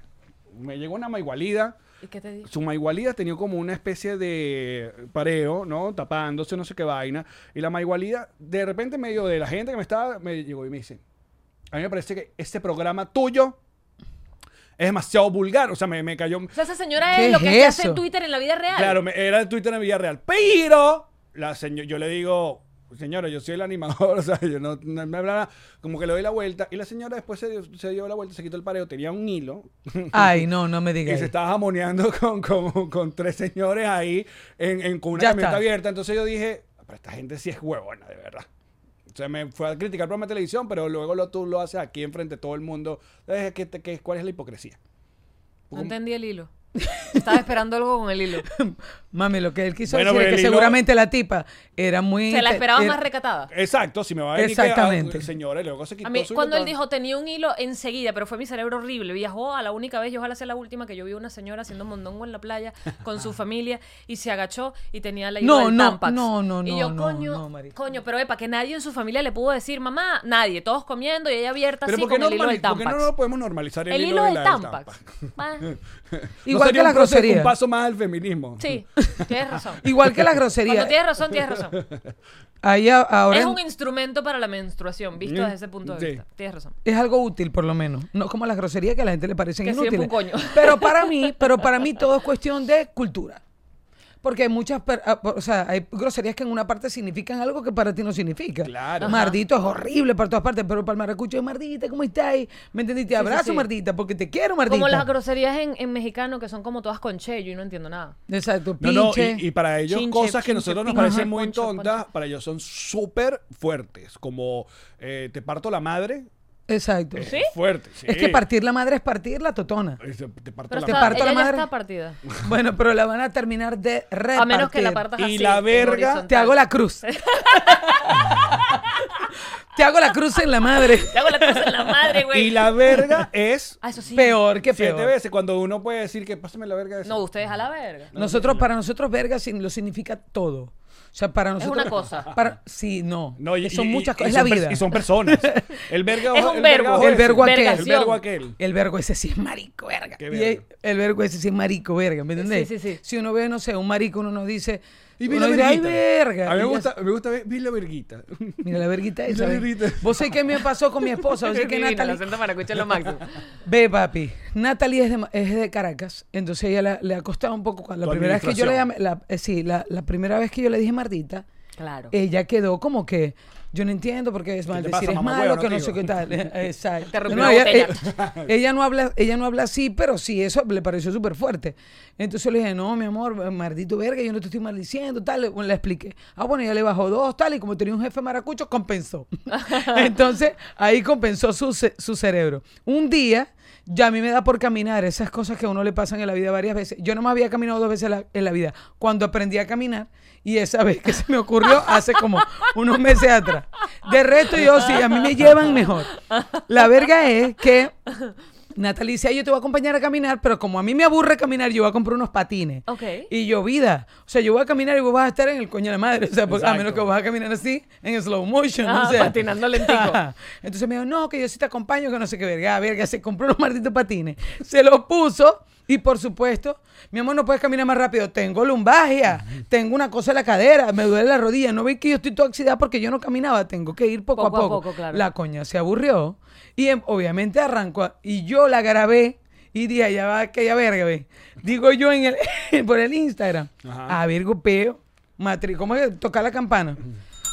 Speaker 2: Me llegó una maigualida
Speaker 3: ¿Y qué te digo?
Speaker 2: su maigualida tenía como una especie de pareo, ¿no? Tapándose, no sé qué vaina. Y la maigualida, de repente, en medio de la gente que me estaba, me llegó y me dice, a mí me parece que este programa tuyo es demasiado vulgar. O sea, me, me cayó...
Speaker 3: O sea, esa señora
Speaker 4: ¿Qué
Speaker 3: es lo
Speaker 4: es
Speaker 3: que se hace
Speaker 4: eso?
Speaker 3: en Twitter en la vida real.
Speaker 2: Claro, me- era de Twitter en vida real. Pero, la seño- yo le digo, señora, yo soy el animador, o sea, yo no, no- bla, bla, bla. como que le doy la vuelta. Y la señora después se dio, se dio la vuelta, se quitó el pareo, tenía un hilo
Speaker 4: Ay, no, no me
Speaker 2: que
Speaker 4: digas.
Speaker 2: se estaba jamoneando con, con, con tres señores ahí en, en- con una
Speaker 4: Ya
Speaker 2: camioneta
Speaker 4: está.
Speaker 2: abierta. Entonces yo dije, pero esta gente sí es huevona, de verdad. O sea, me fue a criticar el programa de televisión, pero luego lo, tú lo haces aquí enfrente de todo el mundo. Entonces, ¿qué te- qué- ¿Cuál es la hipocresía?
Speaker 3: No entendí el hilo. Estaba esperando algo con el hilo.
Speaker 4: Mami, lo que él quiso
Speaker 2: Bueno,
Speaker 4: decir es
Speaker 2: pero
Speaker 4: que
Speaker 2: el hilo-
Speaker 4: seguramente la tipa era muy...
Speaker 3: Se la esperaba
Speaker 4: era-
Speaker 3: más recatada.
Speaker 2: Exacto, si me va a venir
Speaker 4: Exactamente.
Speaker 2: Que, ah, señora, y luego se quitó
Speaker 3: A mí,
Speaker 2: su
Speaker 3: cuando él
Speaker 2: botón.
Speaker 3: dijo tenía un hilo enseguida, pero fue mi cerebro horrible. Viajó a la única vez, y ojalá sea la última, que yo vi a una señora haciendo mondongo en la playa con su familia y se agachó y tenía la hilo
Speaker 4: No,
Speaker 3: del
Speaker 4: no,
Speaker 3: Tampax.
Speaker 4: no, no,
Speaker 3: Y
Speaker 4: no,
Speaker 3: yo,
Speaker 4: no,
Speaker 3: coño,
Speaker 4: no, marica.
Speaker 3: coño, pero epa, que nadie en su familia le pudo decir, mamá, nadie, todos comiendo y ella abierta
Speaker 2: Pero
Speaker 3: así
Speaker 2: ¿por qué,
Speaker 3: con el hilo
Speaker 2: normali-
Speaker 3: del
Speaker 2: por qué
Speaker 3: Tampax.
Speaker 2: no lo podemos normalizar el,
Speaker 3: el hilo
Speaker 2: de
Speaker 3: del
Speaker 2: la
Speaker 3: Tampax. Ah,
Speaker 4: Igual que
Speaker 2: sería un proceso-
Speaker 4: la grosería.
Speaker 2: Un paso más al feminismo.
Speaker 3: sí, tienes razón.
Speaker 4: Igual que la grosería.
Speaker 3: Cuando tienes razón, tienes razón.
Speaker 4: Ahí a- ahora
Speaker 3: Es
Speaker 4: es,
Speaker 3: un instrumento para la menstruación, visto
Speaker 2: Mm,
Speaker 3: desde ese punto de
Speaker 2: sí.
Speaker 3: vista. Tienes razón.
Speaker 4: algo útil, por lo menos. No como las groserías que a la gente le parecen
Speaker 3: Que sirve
Speaker 4: inútiles.
Speaker 3: un coño.
Speaker 4: Pero para mí, pero para mí todo es cuestión de cultura. Porque hay muchas, per- ah, por- o sea, hay groserías que en una parte significan algo que para ti no significa.
Speaker 6: Claro. Ajá.
Speaker 4: Mardito es horrible para todas partes, pero para el maracucho es Mardita, ¿cómo estás? ¿Me entendí? Te abrazo,
Speaker 3: sí.
Speaker 4: Mardita, porque te quiero, Mardita.
Speaker 3: Como las groserías en, en mexicano que son como todas con che, yo no entiendo nada.
Speaker 4: Exacto,
Speaker 6: No, no,
Speaker 4: pinche.
Speaker 6: y, y para ellos
Speaker 3: Chinche,
Speaker 6: cosas que
Speaker 3: chinche,
Speaker 6: nosotros nos
Speaker 3: pinche,
Speaker 6: parecen muy
Speaker 3: poncho,
Speaker 6: tontas,
Speaker 3: poncho.
Speaker 6: para ellos son súper fuertes. Como eh, te parto la madre,
Speaker 4: Exacto.
Speaker 6: es fuerte. sí.
Speaker 4: Es que partir la madre es partir la totona.
Speaker 6: Es- Te parto
Speaker 3: Pero
Speaker 6: la
Speaker 3: está-
Speaker 6: madre.
Speaker 4: parto
Speaker 3: ella
Speaker 4: la
Speaker 3: ya
Speaker 4: madre.
Speaker 3: está partida.
Speaker 4: Bueno, pero la van a terminar de repartir.
Speaker 3: A menos que la partas
Speaker 6: Y
Speaker 3: así.
Speaker 6: la
Speaker 3: en
Speaker 6: verga,
Speaker 3: horizontal.
Speaker 4: Te hago la cruz. Te hago la cruz en la madre.
Speaker 3: Te hago la cosa en la madre, güey.
Speaker 6: Y la verga es
Speaker 3: Ah, eso sí.
Speaker 4: Peor que
Speaker 6: siete
Speaker 4: peor.
Speaker 6: veces. Cuando uno puede decir que pásame la verga de
Speaker 3: No, ustedes a la verga.
Speaker 4: Nosotros, para nosotros, verga sin- lo significa todo. O sea, para nosotros.
Speaker 3: una cosa.
Speaker 4: Para, sí, no.
Speaker 6: No, y-
Speaker 4: son
Speaker 6: y-
Speaker 4: muchas
Speaker 6: y- y
Speaker 4: cosas. Es la
Speaker 6: son per-
Speaker 4: vida.
Speaker 6: Y son personas. El verga
Speaker 3: Es
Speaker 6: ojo-
Speaker 3: un
Speaker 6: el verga
Speaker 3: verbo.
Speaker 6: ojo
Speaker 4: El
Speaker 6: ese.
Speaker 4: verbo aquel.
Speaker 6: El verbo
Speaker 3: Vergación.
Speaker 6: aquel.
Speaker 4: El vergo ese sí es marico, verga.
Speaker 6: ¿Qué
Speaker 4: Y
Speaker 6: verga?
Speaker 4: el- el vergo ese sí es marico, verga, ¿me entendés?
Speaker 3: sí, sí.
Speaker 4: Si uno ve, no sé, un marico, uno nos dice.
Speaker 6: Y vi
Speaker 4: uno
Speaker 6: la
Speaker 4: dice,
Speaker 6: verguita.
Speaker 4: ¡ay, verga!
Speaker 6: A mí
Speaker 4: Y ya
Speaker 6: me gusta, me gusta ver, vi la verguita.
Speaker 4: Mira la verguita esa.
Speaker 6: La
Speaker 4: ¿ves?
Speaker 6: verguita.
Speaker 4: Vos sé qué me pasó con mi esposa, vos sé que
Speaker 3: Divino, el
Speaker 4: Natalie.
Speaker 3: acento maracucho es lo máximo.
Speaker 4: Ve, papi, Natalie es de, Ma- es de Caracas, entonces ella la- le ha costado un poco. cuando- La
Speaker 6: Tu
Speaker 4: primera vez que yo le llamé,
Speaker 6: administración.
Speaker 4: la- eh, sí, la, la primera vez que yo le dije Mardita,
Speaker 3: Claro.
Speaker 4: ella quedó como que yo no entiendo porque es mal
Speaker 6: te
Speaker 4: decir
Speaker 6: pasa,
Speaker 4: es
Speaker 6: mamá
Speaker 4: malo,
Speaker 6: hueva,
Speaker 4: que
Speaker 6: no
Speaker 4: no
Speaker 6: te
Speaker 4: sé qué
Speaker 6: digo?
Speaker 4: tal. Exacto.
Speaker 3: Te rompió
Speaker 4: No,
Speaker 3: la
Speaker 4: ella,
Speaker 3: botella.
Speaker 4: eh, ella no habla, ella no habla así, pero sí, eso le pareció súper fuerte. Entonces yo le dije, no, mi amor, maldito verga, yo no te estoy maldiciendo, tal. Bueno, le expliqué. Ah, bueno, ya le bajó dos, tal, y como tenía un jefe maracucho, compensó. Entonces, ahí compensó su, ce- su cerebro. Un día, ya a mí me da por caminar esas cosas que a uno le pasan en la vida varias veces. Yo nomás había caminado dos veces en la, en la vida. Cuando aprendí a caminar, y esa vez que se me ocurrió hace como unos meses atrás. De resto, yo sí, a mí me llevan mejor. La verga es que Natalie dice, "Ay, yo te voy a acompañar a caminar, pero como a mí me aburre caminar, yo voy a comprar unos patines.
Speaker 3: Ok.
Speaker 4: Y yo, vida, o sea, yo voy a caminar y vos vas a estar en el coño de la madre, o sea, porque- a
Speaker 6: Exacto.
Speaker 4: menos que vas a caminar así, en slow motion,
Speaker 3: Ah,
Speaker 4: o sea.
Speaker 3: patinando lentico.
Speaker 4: Ajá. Entonces me dijo, no, que yo sí te acompaño, que no sé qué verga, verga, se compró unos malditos patines, se los puso y por supuesto, mi amor, no puedes caminar más rápido, tengo lumbagia, tengo una cosa en la cadera, me duele la rodilla, no veis que yo estoy toda oxidada porque yo no caminaba, tengo que ir poco,
Speaker 3: Poco
Speaker 4: a
Speaker 3: a
Speaker 4: poco.
Speaker 3: poco, claro.
Speaker 4: La coña "Ah, se aburrió y em, obviamente arrancó a- y yo la grabé y dije, allá va aquella verga, ve. Digo yo en el, por el Instagram,
Speaker 6: Ajá.
Speaker 4: a Virgo Peo, matri, ¿cómo es que tocar la campana?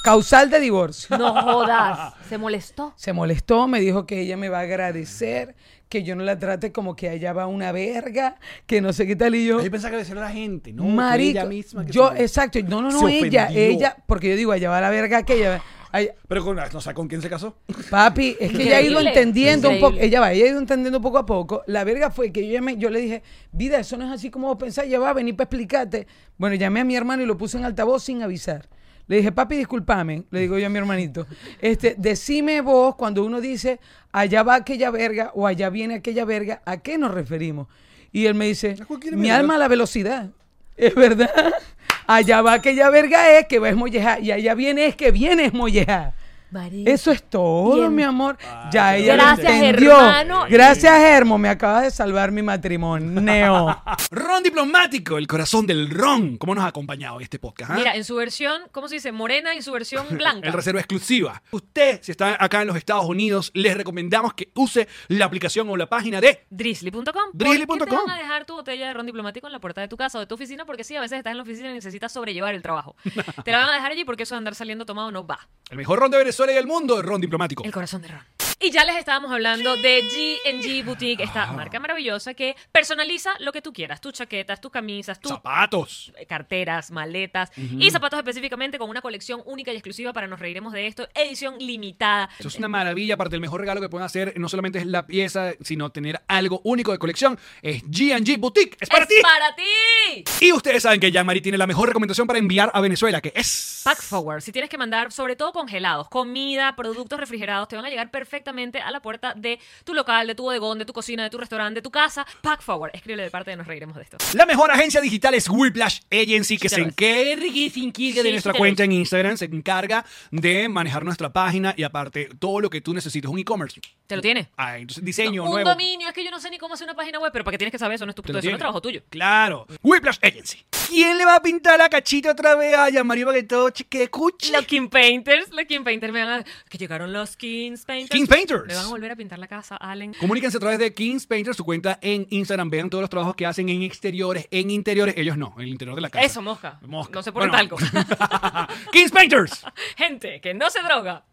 Speaker 4: Causal de divorcio.
Speaker 3: No jodas. Se molestó.
Speaker 4: Se molestó, me dijo que ella me va a agradecer, que yo no la trate como que allá va una verga, que no sé qué tal y yo.
Speaker 6: Yo pensaba que decía la gente, ¿no? Que
Speaker 4: marico,
Speaker 6: ella misma que
Speaker 4: yo,
Speaker 6: se-
Speaker 4: exacto, no, no,
Speaker 6: se
Speaker 4: no, ella,
Speaker 6: ofendió.
Speaker 4: ella, porque yo digo, allá va la verga aquella. Ay,
Speaker 6: Pero con, ah, no sé con quién se casó.
Speaker 4: Papi, es que ella ha ido
Speaker 3: Increíble,
Speaker 4: entendiendo un poco,
Speaker 3: increíble.
Speaker 4: ella va, ella ha ido entendiendo poco a poco. La verga fue que yo, llamé- yo le dije, vida, eso no es así como vos pensás, ya va, vení para explicarte. Bueno, llamé a mi hermano y lo puse en altavoz sin avisar. Le dije, papi, discúlpame, le digo yo a mi hermanito, este, decime vos cuando uno dice, allá va aquella verga o allá viene aquella verga, ¿a qué nos referimos? Y él me dice,
Speaker 6: A cualquier
Speaker 4: mi
Speaker 6: mierda".
Speaker 4: alma a la velocidad. Es verdad. Allá va aquella verga es que va a esmollejar y allá viene es que viene a esmollejar.
Speaker 3: María.
Speaker 4: Eso es todo,
Speaker 3: Bien.
Speaker 4: mi amor.
Speaker 6: Ah,
Speaker 4: ya ella
Speaker 3: Gracias,
Speaker 4: lo entendió.
Speaker 3: hermano.
Speaker 4: Gracias, Hermo. Me acaba de salvar mi matrimonio.
Speaker 2: Ron diplomático, el corazón del ron. ¿Cómo nos ha acompañado este podcast? ah?
Speaker 3: Mira, en su versión, ¿cómo se dice? Morena y su versión blanca.
Speaker 2: El reserva exclusiva. Usted, si está acá en los Estados Unidos, les recomendamos que use la aplicación o la página de
Speaker 3: Drizzly.com.
Speaker 2: Drizzly
Speaker 3: ¿Por qué te
Speaker 2: punto com?
Speaker 3: van a dejar tu botella de ron diplomático en la puerta de tu casa o de tu oficina? Porque sí, a veces estás en la oficina y necesitas sobrellevar el trabajo. te la van a dejar allí porque eso de andar saliendo tomado no va.
Speaker 2: el mejor ron de Venezuela y del mundo, el ron diplomático.
Speaker 3: El corazón de ron. Y ya les estábamos hablando de G&G Boutique, esta
Speaker 2: Ah.
Speaker 3: marca maravillosa que personaliza lo que tú quieras. Tus chaquetas, tus camisas, tus
Speaker 2: Zapatos.
Speaker 3: carteras, maletas y zapatos específicamente con una colección única y exclusiva para Nos Reiremos de Esto, edición limitada.
Speaker 2: Eso es una maravilla. Aparte, el mejor regalo que pueden hacer no solamente es la pieza, sino tener algo único de colección. Es GG Boutique. Es para
Speaker 3: ¡Es
Speaker 2: ti.
Speaker 3: para ti!
Speaker 2: Y ustedes saben que Jean-Marie tiene la mejor recomendación para enviar a Venezuela, que es.
Speaker 3: Pack Forward, si tienes que mandar sobre todo congelados, comida, productos refrigerados, te van a llegar perfectamente a la puerta de tu local, de tu bodegón, de tu cocina, de tu restaurante, de tu casa. Pack Forward, escríbele de parte de Nos Reiremos de Esto.
Speaker 2: La mejor agencia digital es Whiplash Agency, que
Speaker 3: Sí,
Speaker 2: se
Speaker 3: lo es.
Speaker 2: encarga se encarga de
Speaker 3: Sí,
Speaker 2: nuestra
Speaker 3: sí, lo
Speaker 2: cuenta
Speaker 3: es.
Speaker 2: en Instagram, se encarga de manejar nuestra página y aparte todo lo que tú necesites, un e-commerce.
Speaker 3: ¿Te lo tiene?
Speaker 2: Ah, entonces diseño
Speaker 3: un
Speaker 2: nuevo.
Speaker 3: dominio, es que yo no sé ni cómo hacer una página web, pero para qué tienes que saber eso, no es tu
Speaker 2: Te lo
Speaker 3: eso no
Speaker 2: tiene.
Speaker 3: es trabajo tuyo.
Speaker 2: Claro. Whiplash Agency. ¿Quién le va a pintar la cachita otra vez a Yamario para que todo che- quede cuchi?
Speaker 3: Los King Painters, los King Painters me van a... Que llegaron los King Painters.
Speaker 2: King
Speaker 3: Me van a
Speaker 2: Painters.
Speaker 3: volver a pintar la casa, Allen.
Speaker 2: Comuníquense a través de Kings Painters, su cuenta en Instagram. Vean todos los trabajos que hacen en exteriores, en interiores. Ellos no, en el interior de la casa.
Speaker 3: Eso, mosca.
Speaker 2: Mosca.
Speaker 3: No se pone
Speaker 2: Bueno.
Speaker 3: talco.
Speaker 2: Kings Painters.
Speaker 3: Gente, que no se droga.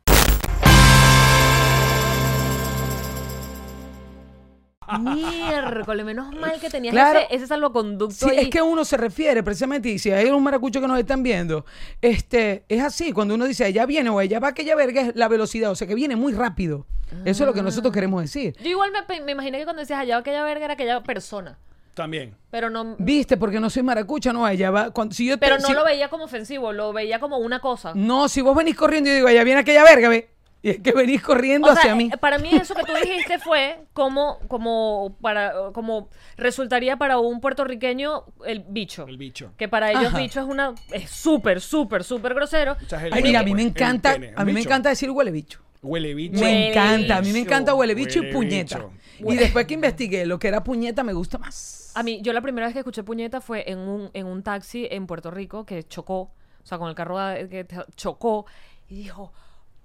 Speaker 3: Miércoles, menos mal que tenías
Speaker 4: Claro.
Speaker 3: ese, ese salvoconducto
Speaker 4: Sí,
Speaker 3: ahí.
Speaker 4: es que uno se refiere precisamente, y si hay un maracucho que nos están viendo, este, es así, cuando uno dice allá viene o allá va aquella verga, es la velocidad, o sea que viene muy rápido. Eso es lo que
Speaker 3: Ah.
Speaker 4: nosotros queremos decir.
Speaker 3: Yo igual me, pe- me imaginé que cuando decías allá aquella verga era aquella persona.
Speaker 6: También.
Speaker 3: Pero no,
Speaker 4: ¿Viste? Porque no soy maracucho, no, allá va. Cuando, si yo te-
Speaker 3: pero no
Speaker 4: si-
Speaker 3: lo veía como ofensivo, lo veía como una cosa.
Speaker 4: No, si vos venís corriendo y yo digo, allá viene aquella verga, ve. Y es que venís corriendo
Speaker 3: O sea,
Speaker 4: hacia mí.
Speaker 3: eh, para mí eso que tú dijiste fue como, como, para, como resultaría para un puertorriqueño el bicho.
Speaker 6: El bicho.
Speaker 3: Que para ellos
Speaker 4: Ajá.
Speaker 3: bicho es una es súper, súper, súper grosero.
Speaker 6: O sea, es el
Speaker 4: Ay, mira, a mí
Speaker 6: pene,
Speaker 4: me
Speaker 6: el
Speaker 4: encanta,
Speaker 6: pene, el
Speaker 4: a mí me
Speaker 6: bicho.
Speaker 4: encanta decir huele bicho.
Speaker 6: Huele bicho.
Speaker 4: Me
Speaker 3: Huele
Speaker 4: encanta, a mí me
Speaker 6: bicho,
Speaker 4: encanta huele bicho y
Speaker 6: huele
Speaker 4: puñeta.
Speaker 6: bicho.
Speaker 4: Y después que investigué lo que era puñeta, me gusta más.
Speaker 3: A mí, yo la primera vez que escuché puñeta fue en un, en un taxi en Puerto Rico que chocó, o sea, con el carro eh, que te- chocó y dijo,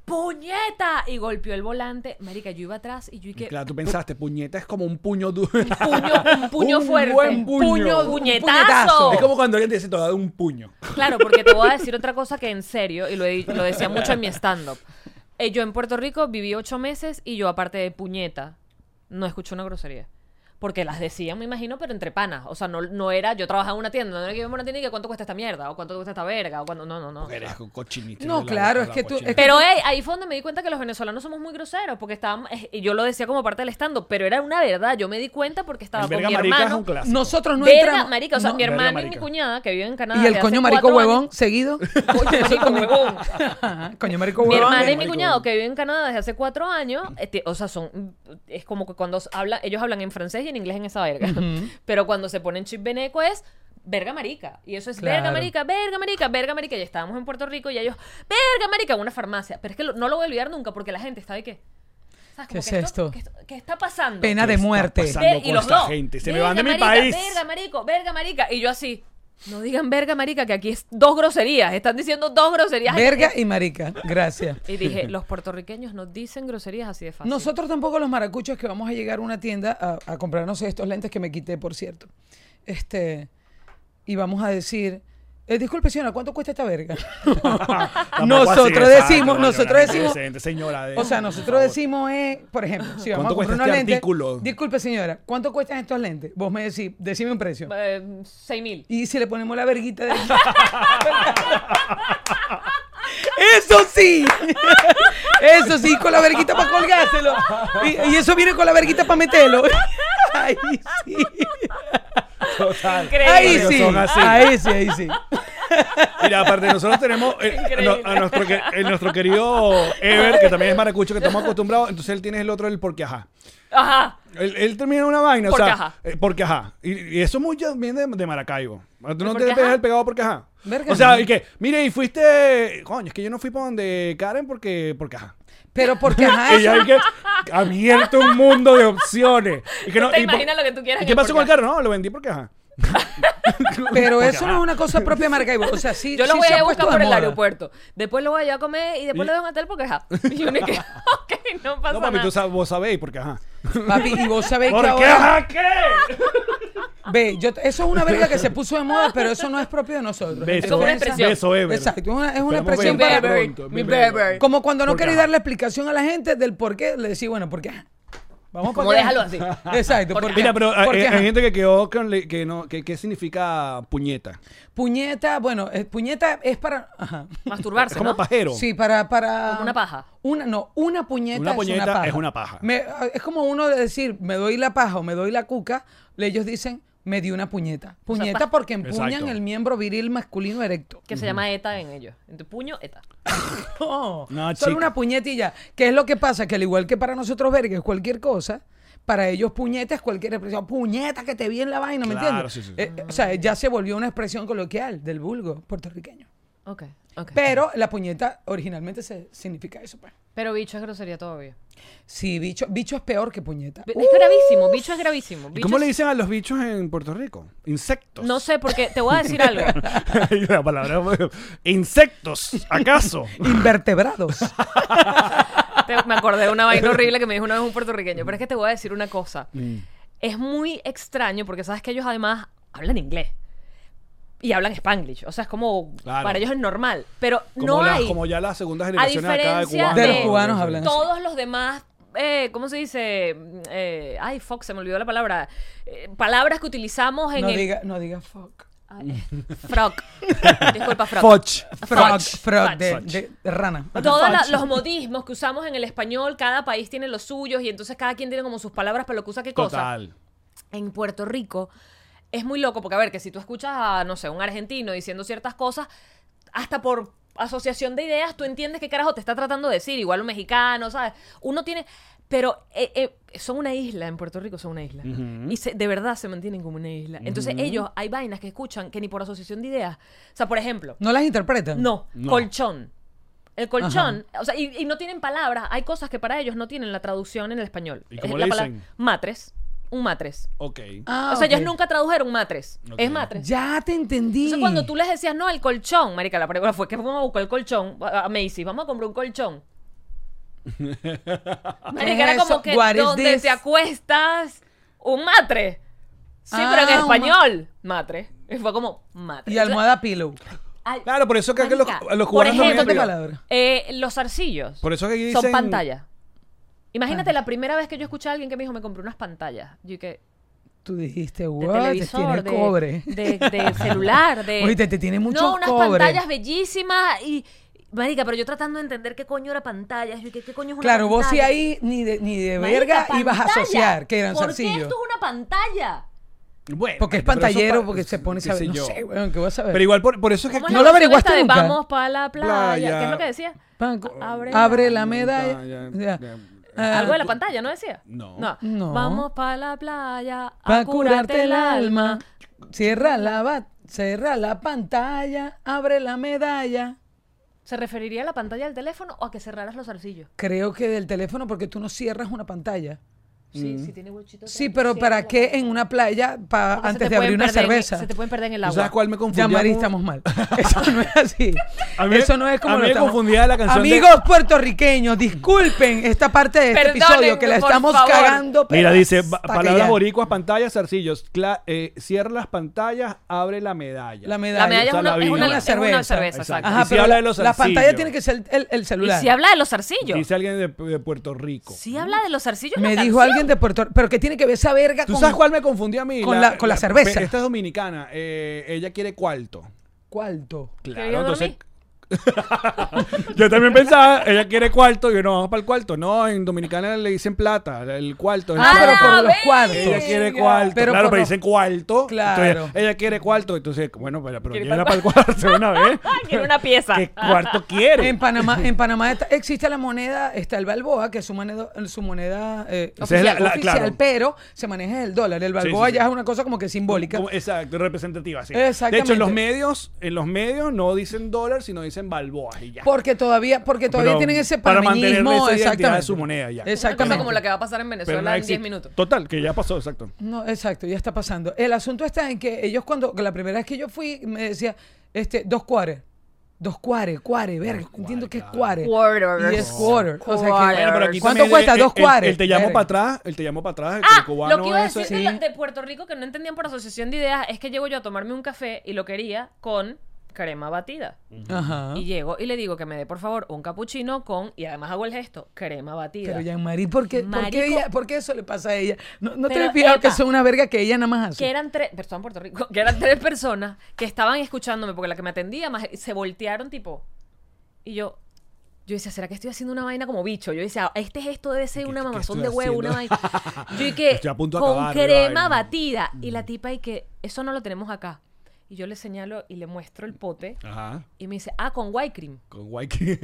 Speaker 3: ¡puñeta! Y golpeó el volante. Marica, yo iba atrás y yo dije,
Speaker 6: Claro, tú pensaste, puñeta es como un puño duro.
Speaker 3: puño, un puño
Speaker 6: Un
Speaker 3: fuerte.
Speaker 6: buen puño.
Speaker 3: puño,
Speaker 6: Un
Speaker 3: puñetazo.
Speaker 4: puñetazo.
Speaker 6: Es como cuando alguien te dice, te voy a dar un puño.
Speaker 3: Claro, porque te voy a decir otra cosa que en serio, y lo, he- lo decía mucho en mi stand-up. Eh, yo en Puerto Rico viví ocho meses y yo, aparte de puñeta, no escuché una grosería. Porque las decían, me imagino, pero entre panas. O sea, no, no era, yo trabajaba en una tienda, no era que yo en una tienda y que cuánto cuesta esta mierda, o cuánto cuesta esta verga, o cuánto, no, no, no.
Speaker 6: Porque eres cochinito.
Speaker 4: No,
Speaker 6: la-
Speaker 4: claro,
Speaker 6: la
Speaker 4: es que tú- es
Speaker 6: cochinita.
Speaker 4: que-
Speaker 3: Pero ey, ahí fue donde me di cuenta que los venezolanos somos muy groseros, porque estábamos, eh, y yo lo decía como parte del stand-up, pero era una verdad, yo me di cuenta porque estaba
Speaker 6: El
Speaker 3: con
Speaker 6: verga
Speaker 3: mi
Speaker 6: marica es
Speaker 3: hermano.
Speaker 6: un clásico.
Speaker 4: Nosotros no
Speaker 3: verga,
Speaker 4: entramos.
Speaker 3: marica, o sea,
Speaker 4: no.
Speaker 3: mi hermano
Speaker 6: verga,
Speaker 3: y mi
Speaker 6: marica.
Speaker 3: cuñada que viven en Canadá.
Speaker 4: Y el
Speaker 3: desde
Speaker 4: coño
Speaker 3: hace
Speaker 4: marico
Speaker 3: cuatro años-
Speaker 4: huevón, seguido. Eso
Speaker 3: marico
Speaker 4: también.
Speaker 3: huevón.
Speaker 4: Ajá, coño marico
Speaker 3: Mi
Speaker 4: huevón.
Speaker 3: hermana y mi
Speaker 6: marico.
Speaker 3: cuñado que viven en Canadá desde hace cuatro años, este, o sea, son, es como que cuando habla, ellos hablan en francés y en inglés en esa verga. Pero cuando se ponen chip beneco es verga marica. Y eso es verga
Speaker 4: Claro.
Speaker 3: marica, verga marica, verga marica. Y estábamos en Puerto Rico y ellos, verga marica, en una farmacia. Pero es que lo- no lo voy a olvidar nunca porque la gente está de qué. ¿Sabes?
Speaker 4: ¿Qué
Speaker 3: Como
Speaker 4: es
Speaker 3: que
Speaker 4: esto?
Speaker 3: ¿qué, esto- qué está pasando?
Speaker 4: Pena de
Speaker 6: está
Speaker 4: muerte.
Speaker 6: pasando?
Speaker 3: Ver-
Speaker 6: con esta gente. Se me van de mi
Speaker 3: marica,
Speaker 6: país.
Speaker 3: Verga, marico, verga, marica. Y yo así, no digan verga, marica, que aquí es dos groserías. Están diciendo dos groserías.
Speaker 4: Verga y marica. Gracias.
Speaker 3: Y dije, los puertorriqueños no dicen groserías así de fácil.
Speaker 4: Nosotros tampoco los maracuchos que vamos a llegar a una tienda a, a comprarnos estos lentes que me quité, por cierto. Este, y vamos a decir, eh, disculpe señora, ¿cuánto cuesta esta verga?
Speaker 6: Tampoco
Speaker 4: nosotros
Speaker 6: así, exacto,
Speaker 4: decimos,
Speaker 6: coño,
Speaker 4: nosotros
Speaker 6: una
Speaker 4: decimos,
Speaker 6: decente, señora, de-
Speaker 4: o sea,
Speaker 6: por
Speaker 4: nosotros
Speaker 6: favor.
Speaker 4: decimos, eh, por ejemplo, si vamos a
Speaker 6: ¿Cuánto cuesta
Speaker 4: comprar unos
Speaker 6: este
Speaker 4: lentes,
Speaker 6: artículo?
Speaker 4: disculpe señora, ¿cuánto cuestan estos lentes? Vos me decís, decime un precio.
Speaker 3: Eh, seis mil.
Speaker 4: Y si le ponemos la verguita de... ¡Eso sí! Eso sí, con la verguita para colgárselo. Y, y eso viene con la verguita para meterlo. Ahí sí.
Speaker 6: Total.
Speaker 4: Ahí
Speaker 6: Ellos
Speaker 4: sí.
Speaker 6: son así.
Speaker 4: Ahí sí, ahí sí.
Speaker 6: Mira, aparte, nosotros tenemos eh,
Speaker 3: Increíble.
Speaker 6: no- a nuestro, que- el- nuestro querido Ever, que también es maracucho, que estamos acostumbrados. Entonces él tiene el otro, el porque ajá.
Speaker 3: Ajá.
Speaker 6: Él, él termina una vaina,
Speaker 3: Porque
Speaker 6: o sea,
Speaker 3: ajá.
Speaker 6: eh, porque ajá. Y, y eso mucho viene de, de Maracaibo. Tú no
Speaker 3: ¿Porque
Speaker 6: te le pegas
Speaker 3: ajá?
Speaker 6: el pegado porque ajá.
Speaker 4: Verga,
Speaker 6: o sea,
Speaker 4: no.
Speaker 6: y que, mire, y fuiste, coño, es que yo no fui para donde Karen porque, porque ajá.
Speaker 4: Pero porque ajá,
Speaker 6: Y hay que abierto un mundo de opciones. Y que
Speaker 3: Tú te
Speaker 6: y por-
Speaker 3: imaginas lo que tú quieras
Speaker 6: ¿Y
Speaker 3: en
Speaker 6: qué
Speaker 3: el
Speaker 6: pasó con el
Speaker 3: porque
Speaker 6: carro? No, lo vendí porque ajá.
Speaker 4: pero
Speaker 6: Porque
Speaker 4: eso no
Speaker 6: ajá.
Speaker 4: es una cosa propia de Maracaibo. O sea, sí.
Speaker 3: Yo lo
Speaker 4: sí
Speaker 3: voy
Speaker 4: se
Speaker 3: a
Speaker 4: ha
Speaker 3: ir a
Speaker 4: puesto
Speaker 3: buscar
Speaker 4: de
Speaker 3: por el
Speaker 4: moda.
Speaker 3: aeropuerto. Después lo voy a llevar a comer y después
Speaker 6: Y-
Speaker 3: lo dejo en hotel porque ajá. Y uno que, ok, no pasa
Speaker 6: No, papi,
Speaker 3: nada.
Speaker 6: tú sabes, vos sabéis porque ajá.
Speaker 4: Papi, y vos sabés que
Speaker 6: ¿Por qué
Speaker 4: ahora.
Speaker 6: ajá qué?
Speaker 4: Ah. Ve, yo, eso es una verga que se puso de moda, pero eso no es propio de nosotros.
Speaker 6: Beso,
Speaker 3: Es como una expresión.
Speaker 6: Beso, Ever.
Speaker 4: Exacto, es una, es una
Speaker 6: Esperamos
Speaker 4: expresión
Speaker 3: ver.
Speaker 4: para.
Speaker 3: Beber. mi beber.
Speaker 4: Como cuando no
Speaker 6: Porque,
Speaker 4: queréis
Speaker 6: ajá.
Speaker 4: darle explicación a la gente del por qué, le decís, bueno, ¿por qué? Vamos
Speaker 3: Como
Speaker 4: por acá.
Speaker 3: déjalo así.
Speaker 4: Exacto.
Speaker 3: Porque-
Speaker 4: porque-
Speaker 6: Mira, pero eh,
Speaker 4: porque,
Speaker 6: eh,
Speaker 4: ajá.
Speaker 6: hay gente que quedó con le- que no, que, ¿qué significa puñeta?
Speaker 4: Puñeta, bueno, eh, puñeta es para... Ajá.
Speaker 3: Masturbarse,
Speaker 6: Es como
Speaker 3: ¿no?
Speaker 6: pajero.
Speaker 4: Sí, para, para...
Speaker 3: Como una paja.
Speaker 4: Una, no, una puñeta,
Speaker 6: Una puñeta
Speaker 4: es una paja.
Speaker 6: es una paja.
Speaker 4: Me- es como uno de decir, me doy la paja o me doy la cuca, le- ellos dicen, me di una puñeta. Puñeta
Speaker 3: paja.
Speaker 4: porque empuñan
Speaker 6: Exacto.
Speaker 4: el miembro viril masculino erecto.
Speaker 3: Que se llama ETA en ellos. En tu puño, ETA.
Speaker 4: No,
Speaker 6: No,
Speaker 4: solo
Speaker 6: chica.
Speaker 4: una puñetilla. ¿Qué es lo que pasa? Que al igual que para nosotros verga es cualquier cosa, para ellos puñeta es cualquier expresión. Puñeta, que te vi en la vaina, ¿me
Speaker 6: Claro,
Speaker 4: entiendes?
Speaker 6: sí, sí, sí.
Speaker 4: Eh, eh, o sea, ya se volvió una expresión coloquial del vulgo puertorriqueño.
Speaker 3: Ok, ok.
Speaker 4: Pero la puñeta originalmente se significa eso, pues.
Speaker 3: Pero bicho es grosería todavía.
Speaker 4: Sí, bicho, bicho es peor que puñeta.
Speaker 3: Es gravísimo, bicho es gravísimo.
Speaker 6: Uh. ¿Y
Speaker 3: bicho
Speaker 6: cómo
Speaker 3: es-
Speaker 6: le dicen a los bichos en Puerto Rico? Insectos.
Speaker 3: No sé, porque te voy a decir algo.
Speaker 6: Hay una
Speaker 4: Uh,
Speaker 6: palabra. Insectos, ¿acaso?
Speaker 4: Invertebrados.
Speaker 3: Te- me acordé de una vaina horrible que me dijo una vez un puertorriqueño. Pero es que te voy a decir una cosa.
Speaker 6: Mm.
Speaker 3: Es muy extraño porque sabes que ellos además hablan inglés. Y hablan spanglish. O sea, es como.
Speaker 6: Claro.
Speaker 3: Para ellos es normal. Pero
Speaker 6: Como,
Speaker 3: no
Speaker 6: la-
Speaker 3: hay.
Speaker 6: como ya las segundas
Speaker 3: A
Speaker 6: generaciones acá de
Speaker 3: diferencia
Speaker 6: cubanos.
Speaker 4: De los cubanos hablan.
Speaker 3: Todos los demás. eh, ¿Cómo se dice? Eh, ay, Fox, se me olvidó la palabra. Eh, palabras que utilizamos en
Speaker 4: No
Speaker 3: el.
Speaker 4: diga, no diga fuck.
Speaker 3: Ay, frog. Disculpa, frog.
Speaker 6: Foch.
Speaker 4: Frog,
Speaker 3: Fudge.
Speaker 4: frog, de,
Speaker 6: Fudge.
Speaker 4: de- de rana.
Speaker 3: Todos
Speaker 4: Fudge.
Speaker 3: los modismos que usamos en el español, cada país tiene los suyos y entonces cada quien tiene como sus palabras para lo que usa qué cosa.
Speaker 6: Total.
Speaker 3: En Puerto Rico es muy loco porque, a ver, que si tú escuchas a, no sé, un argentino diciendo ciertas cosas, hasta por asociación de ideas, tú entiendes qué carajo te está tratando de decir, igual un mexicano, ¿sabes? Uno tiene... Pero eh, eh, son una isla, en Puerto Rico son una isla. Y se- de verdad se mantienen como una isla. Entonces ellos, hay vainas que escuchan que ni por asociación de ideas. O sea, por ejemplo,
Speaker 4: ¿No las interpretan?
Speaker 3: no, colchón. El colchón, o sea, y, y no tienen palabras. Hay cosas que para ellos no tienen la traducción en el español.
Speaker 6: ¿Y cómo
Speaker 3: Eh,
Speaker 6: le
Speaker 3: la palabra-
Speaker 6: dicen?
Speaker 3: Matres. Un matres.
Speaker 6: Ok.
Speaker 4: Ah,
Speaker 3: o sea,
Speaker 4: ok.
Speaker 3: ellos nunca tradujeron matres.
Speaker 6: Ok.
Speaker 3: Es matres.
Speaker 4: Ya te entendí.
Speaker 3: Entonces, cuando tú les decías, no, el colchón, marica, la pregunta fue, ¿qué vamos a buscar el colchón? A a Macy's, vamos a comprar un colchón. marica,
Speaker 4: ¿Qué
Speaker 3: era
Speaker 4: es eso?
Speaker 3: como que
Speaker 4: What is
Speaker 3: donde
Speaker 4: this?
Speaker 3: te acuestas un matre. Sí,
Speaker 4: Ah,
Speaker 3: pero en
Speaker 4: un ma-
Speaker 3: español, matre. Y fue como matre.
Speaker 4: Y almohada pillow.
Speaker 3: Ay,
Speaker 6: Claro, por eso creo que los-
Speaker 3: marica,
Speaker 6: los
Speaker 3: por
Speaker 6: cubanos también
Speaker 3: ejemplo,
Speaker 4: ¿Qué palabra?
Speaker 3: eh, los zarcillos.
Speaker 6: Por eso que aquí
Speaker 3: Son
Speaker 6: dicen-
Speaker 3: pantallas. Imagínate la primera vez que yo escuché a alguien que me dijo, me compré unas pantallas. Yo que
Speaker 4: Tú dijiste,
Speaker 3: de
Speaker 4: wow, te tiene
Speaker 3: televisor, de,
Speaker 4: cobre.
Speaker 3: de- de celular, de...
Speaker 4: Oíste, te tiene mucho
Speaker 3: No, unas
Speaker 4: cobre.
Speaker 3: pantallas bellísimas y... Marica, pero yo tratando de entender qué coño era pantalla. Yo que, ¿qué coño es una
Speaker 4: Claro, vos sí
Speaker 3: pantalla?
Speaker 4: ahí ni de, ni de
Speaker 3: Marica,
Speaker 4: verga ibas a
Speaker 3: pantalla.
Speaker 4: asociar que eran
Speaker 3: ¿Por qué
Speaker 4: zarcillos.
Speaker 3: esto es una pantalla?
Speaker 6: Bueno,
Speaker 4: Porque es
Speaker 6: pero eso
Speaker 4: pantallero,
Speaker 6: pa-
Speaker 4: porque se pone a
Speaker 6: qué
Speaker 4: saber.
Speaker 6: sé
Speaker 4: No
Speaker 6: yo.
Speaker 4: sé, weón, que voy a saber.
Speaker 6: Pero igual, por, por eso es que
Speaker 3: ¿Cómo
Speaker 6: aquí-
Speaker 3: es
Speaker 4: ¿No
Speaker 3: la
Speaker 4: lo
Speaker 3: canción
Speaker 4: averiguaste
Speaker 3: esta de
Speaker 4: nunca?
Speaker 3: Vamos para la playa.
Speaker 6: Playa.
Speaker 3: ¿Qué es lo que decía?
Speaker 4: Pan-
Speaker 3: Abre
Speaker 4: abre,
Speaker 3: la-
Speaker 4: la eh. medalla.
Speaker 6: Ah, Ya, ya,
Speaker 4: Ya.
Speaker 6: ya.
Speaker 4: Ah,
Speaker 3: Algo de la pantalla, ¿no decía?
Speaker 6: No.
Speaker 4: No.
Speaker 3: Vamos para la playa
Speaker 4: Pa'
Speaker 3: a curarte el alma.
Speaker 4: Cierra la, ba- cierra la pantalla, abre la medalla.
Speaker 3: ¿Se referiría a la pantalla del teléfono o a que cerraras los arcillos?
Speaker 4: Creo que del teléfono, porque tú no cierras una pantalla.
Speaker 3: Sí,
Speaker 6: Mm.
Speaker 3: sí tiene huechito. atrás,
Speaker 4: Sí, pero
Speaker 3: cierra
Speaker 4: ¿para
Speaker 3: la-
Speaker 4: qué en una playa pa-
Speaker 3: Porque se
Speaker 4: antes
Speaker 3: te
Speaker 4: de abrir
Speaker 3: pueden
Speaker 4: una
Speaker 3: perder en-
Speaker 4: cerveza?
Speaker 3: Se te pueden perder en el
Speaker 6: ¿Tú
Speaker 3: agua.
Speaker 6: sabes cuál me confundía?
Speaker 4: Ya, Mari,
Speaker 6: mu-
Speaker 4: estamos mal. Eso no es así.
Speaker 6: A mí-
Speaker 4: Eso no es como
Speaker 6: a mí
Speaker 4: lo
Speaker 6: me
Speaker 4: estamos-
Speaker 6: confundía la canción de-
Speaker 4: Amigos puertorriqueños, disculpen esta parte de este
Speaker 3: Perdónenme,
Speaker 4: episodio que la
Speaker 3: por
Speaker 4: estamos
Speaker 3: favor.
Speaker 4: cagando. pero
Speaker 6: Mira, dice,
Speaker 4: hasta
Speaker 6: ba-
Speaker 4: que
Speaker 6: palabras
Speaker 4: ya.
Speaker 6: boricuas, pantallas, zarcillos. Cla- eh, cierra las pantallas, abre la medalla.
Speaker 4: La medalla.
Speaker 3: La medalla
Speaker 6: O
Speaker 3: es
Speaker 6: sea,
Speaker 3: una,
Speaker 6: la
Speaker 3: es
Speaker 6: vino.
Speaker 3: una,
Speaker 6: Una
Speaker 3: es una
Speaker 4: cerveza.
Speaker 3: cerveza,
Speaker 6: Exacto.
Speaker 3: exacto.
Speaker 4: Ajá,
Speaker 6: Y si
Speaker 4: pero
Speaker 6: habla
Speaker 4: la,
Speaker 6: de los
Speaker 4: la pantalla
Speaker 6: zarcillos.
Speaker 4: tiene que ser el, el- el
Speaker 3: Y
Speaker 4: celular.
Speaker 3: si habla de los zarcillos.
Speaker 6: Dice alguien de, de Puerto Rico.
Speaker 3: Si habla de los zarcillos.
Speaker 4: Me
Speaker 3: la
Speaker 4: dijo
Speaker 3: canción.
Speaker 4: alguien de Puerto Rico, pero que tiene que ver esa verga
Speaker 6: ¿Tú
Speaker 4: con
Speaker 6: sabes cuál me confundía a mí?
Speaker 4: con la- con la cerveza.
Speaker 6: Esta es dominicana. eh, ella quiere cuarto.
Speaker 4: cuarto.
Speaker 3: ¿Quería dormir?
Speaker 6: yo también pensaba, ella quiere cuarto, y yo no, vamos para el cuarto. No, en Dominicana le dicen plata, el cuarto. es
Speaker 3: Ah,
Speaker 6: plata.
Speaker 4: pero por los
Speaker 3: verga.
Speaker 4: cuartos.
Speaker 6: Ella quiere cuarto.
Speaker 4: Pero
Speaker 6: claro,
Speaker 4: por
Speaker 6: pero
Speaker 4: los-
Speaker 6: dicen cuarto.
Speaker 4: Claro.
Speaker 6: Entonces, ella quiere cuarto. Entonces, bueno, pero, pero
Speaker 3: Quiere
Speaker 6: llévala para
Speaker 3: pa'l
Speaker 6: el cuarto de una vez.
Speaker 3: Quiere una pieza.
Speaker 6: ¿Qué cuarto quiere?
Speaker 4: En Panamá, en Panamá está- existe la moneda, está el Balboa, que es su moneda, su moneda eh,
Speaker 6: Esa es
Speaker 4: oficial,
Speaker 6: la- la-
Speaker 4: oficial,
Speaker 6: claro.
Speaker 4: pero se maneja el dólar. El Balboa
Speaker 6: sí, sí.
Speaker 4: ya es una cosa como que simbólica.
Speaker 6: Como- Exacto, representativa, sí. De
Speaker 4: Exactamente.
Speaker 6: hecho, en los medios, en los medios no dicen dólar, sino dicen balboa y ya.
Speaker 4: Porque todavía, porque todavía
Speaker 6: Pero
Speaker 4: tienen ese
Speaker 6: para mantenerle
Speaker 4: panameñismo.
Speaker 6: esa identidad
Speaker 4: exactamente.
Speaker 6: de su moneda ya.
Speaker 3: Cosa
Speaker 4: Exactamente.
Speaker 3: como la que va a pasar en
Speaker 6: Pero
Speaker 3: Venezuela
Speaker 6: no
Speaker 3: en 10
Speaker 6: existe.
Speaker 3: minutos.
Speaker 6: Total, que ya pasó, exacto.
Speaker 4: No, exacto, ya está pasando. El asunto está en que ellos cuando, que la primera vez que yo fui, me decía, este, dos cuares. Dos cuares, cuares, verga, entiendo que es cuares.
Speaker 3: Quarters.
Speaker 4: Y es quarter. O sea que-
Speaker 3: Quarters.
Speaker 6: Pero aquí
Speaker 4: ¿Cuánto
Speaker 6: también
Speaker 4: cuesta?
Speaker 6: el-
Speaker 4: Dos
Speaker 6: el-
Speaker 4: cuares.
Speaker 6: El, te llamo
Speaker 4: Verga.
Speaker 6: para atrás, el te llamo para atrás, el
Speaker 3: Ah,
Speaker 6: cubano
Speaker 3: lo que iba a
Speaker 6: ese.
Speaker 3: decir de,
Speaker 4: Sí.
Speaker 3: la- de Puerto Rico que no entendían por asociación de ideas es que llego yo a tomarme un café y lo quería con crema batida.
Speaker 6: Ah.
Speaker 4: Ajá.
Speaker 3: Y llego y le digo que me dé, por favor, un capuchino con, y además hago el gesto, crema batida.
Speaker 4: Pero Jean-Marie, ¿por qué, por, qué
Speaker 3: Marico.
Speaker 4: ella- por qué eso le pasa a ella? No, no te
Speaker 3: Pero,
Speaker 4: he fijado que
Speaker 3: epa.
Speaker 4: eso es una verga que ella nada
Speaker 6: Ah,
Speaker 4: más hace.
Speaker 3: que eran tres, pero estaba en Puerto Rico, que eran tres personas que estaban escuchándome, porque la que me atendía más, eh, se voltearon tipo, y yo, yo decía, ¿será que estoy haciendo una vaina como bicho? Yo decía, este gesto debe ser una
Speaker 6: qué
Speaker 3: mamazón de
Speaker 6: estoy
Speaker 3: huevo, una
Speaker 6: haciendo?
Speaker 3: vaina. Yo y que,
Speaker 6: Estoy a punto de
Speaker 3: con
Speaker 6: acabar la
Speaker 3: crema
Speaker 6: vaina. Mm.
Speaker 3: batida, y la tipa y que, eso no lo tenemos acá. Y yo le señalo y le muestro el pote,
Speaker 6: Ajá.
Speaker 3: y me dice, ah, con white cream.
Speaker 6: Con Waikiki.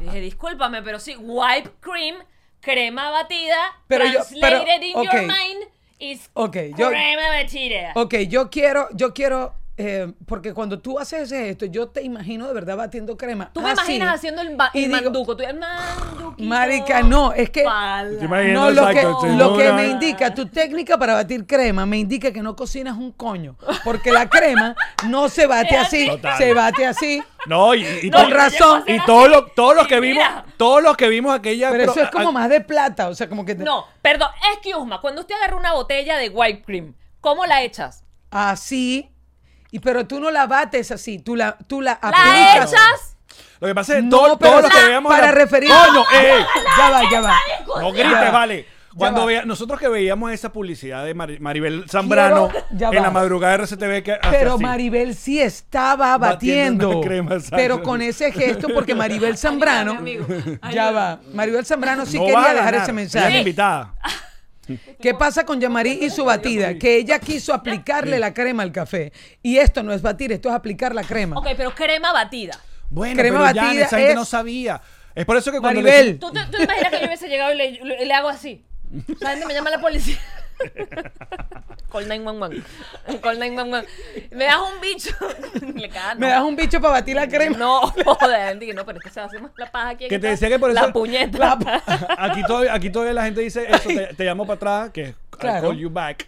Speaker 3: Y dije, discúlpame, pero sí, white cream, crema batida,
Speaker 4: Pero yo- pero,
Speaker 3: translated in
Speaker 4: ok.
Speaker 3: your mind, is
Speaker 4: Ok, yo-
Speaker 3: crema batida.
Speaker 4: Ok, yo quiero, yo quiero eh, porque cuando tú haces ese gesto, yo te imagino de verdad batiendo crema.
Speaker 3: Tú me
Speaker 4: así.
Speaker 3: imaginas haciendo el, ba- el
Speaker 4: Y digo,
Speaker 3: manduco. Tú, el manduquito.
Speaker 4: Marica, no, es que-
Speaker 3: Pala.
Speaker 6: Te imaginas,
Speaker 4: No, lo que,
Speaker 6: exacto, sí,
Speaker 4: lo que
Speaker 6: una-
Speaker 4: me indica, tu técnica para batir crema me indica que no cocinas un coño. Porque la crema no se bate así,
Speaker 6: Total.
Speaker 4: se bate así.
Speaker 6: No, y, y
Speaker 3: No,
Speaker 6: todo-
Speaker 4: Con razón.
Speaker 6: Y todos los, todos los que vimos,
Speaker 3: Mira.
Speaker 6: todos los que vimos aquella.
Speaker 4: Pero eso
Speaker 6: pro-
Speaker 4: es como
Speaker 6: a-
Speaker 4: más de plata, o sea, como que... te-
Speaker 3: No, perdón. Excuse me. Cuando usted agarra una botella de white cream, ¿cómo la echas?
Speaker 4: Así. Y, pero tú no la bates así, tú la, tú la
Speaker 3: ¿La
Speaker 4: aplicas.
Speaker 3: echas?
Speaker 6: Lo que pasa es que
Speaker 4: No,
Speaker 6: todo-
Speaker 4: pero
Speaker 6: todos los que
Speaker 4: la-
Speaker 6: veíamos.
Speaker 4: para
Speaker 6: la-
Speaker 4: referirnos-
Speaker 6: Coño, ey,
Speaker 4: Ya va, ya va.
Speaker 6: No grites,
Speaker 4: va.
Speaker 6: vale. Cuando
Speaker 4: va.
Speaker 6: vea, nosotros que veíamos esa publicidad de Mari- Maribel Zambrano
Speaker 4: ya
Speaker 6: en
Speaker 4: va.
Speaker 6: la madrugada de RCTV que hace
Speaker 4: Pero
Speaker 6: así.
Speaker 4: Maribel sí estaba
Speaker 6: Ah, Batiendo
Speaker 4: batiendo.
Speaker 6: una crema, exacto.
Speaker 4: pero con ese gesto, porque Maribel Zambrano. ya va. Maribel Zambrano sí
Speaker 6: No va
Speaker 4: quería
Speaker 6: a
Speaker 4: dejar
Speaker 6: ganar.
Speaker 4: ese
Speaker 6: Ella es
Speaker 4: mensaje. Ah,
Speaker 6: invitada.
Speaker 4: ¿Qué pasa con Yamari y su batida? Que ella quiso aplicarle la crema al café. Y esto no es batir, esto es aplicar la crema.
Speaker 3: Ok, pero crema batida.
Speaker 6: Bueno,
Speaker 4: Crema
Speaker 6: pero ya
Speaker 4: batida
Speaker 6: esa gente
Speaker 4: es-
Speaker 6: no sabía. Es por eso que cuando
Speaker 4: Maribel.
Speaker 3: ¿Tú te, tú te imaginas que yo hubiese llegado y le, le- le hago así? ¿Saben? Me llama la policía. Call 911. Call 911. Me das un bicho. Le cagan,
Speaker 4: Me das un bicho para batir la crema.
Speaker 3: No, joder, dije, no, pero es que se hace más la paja aquí.
Speaker 6: Que
Speaker 3: está
Speaker 6: te decía que por eso-
Speaker 3: La puñeta.
Speaker 4: La pa-
Speaker 6: aquí, todavía, aquí todavía la gente dice eso, te, te llamo para atrás, que es
Speaker 4: Claro.
Speaker 6: I call you back.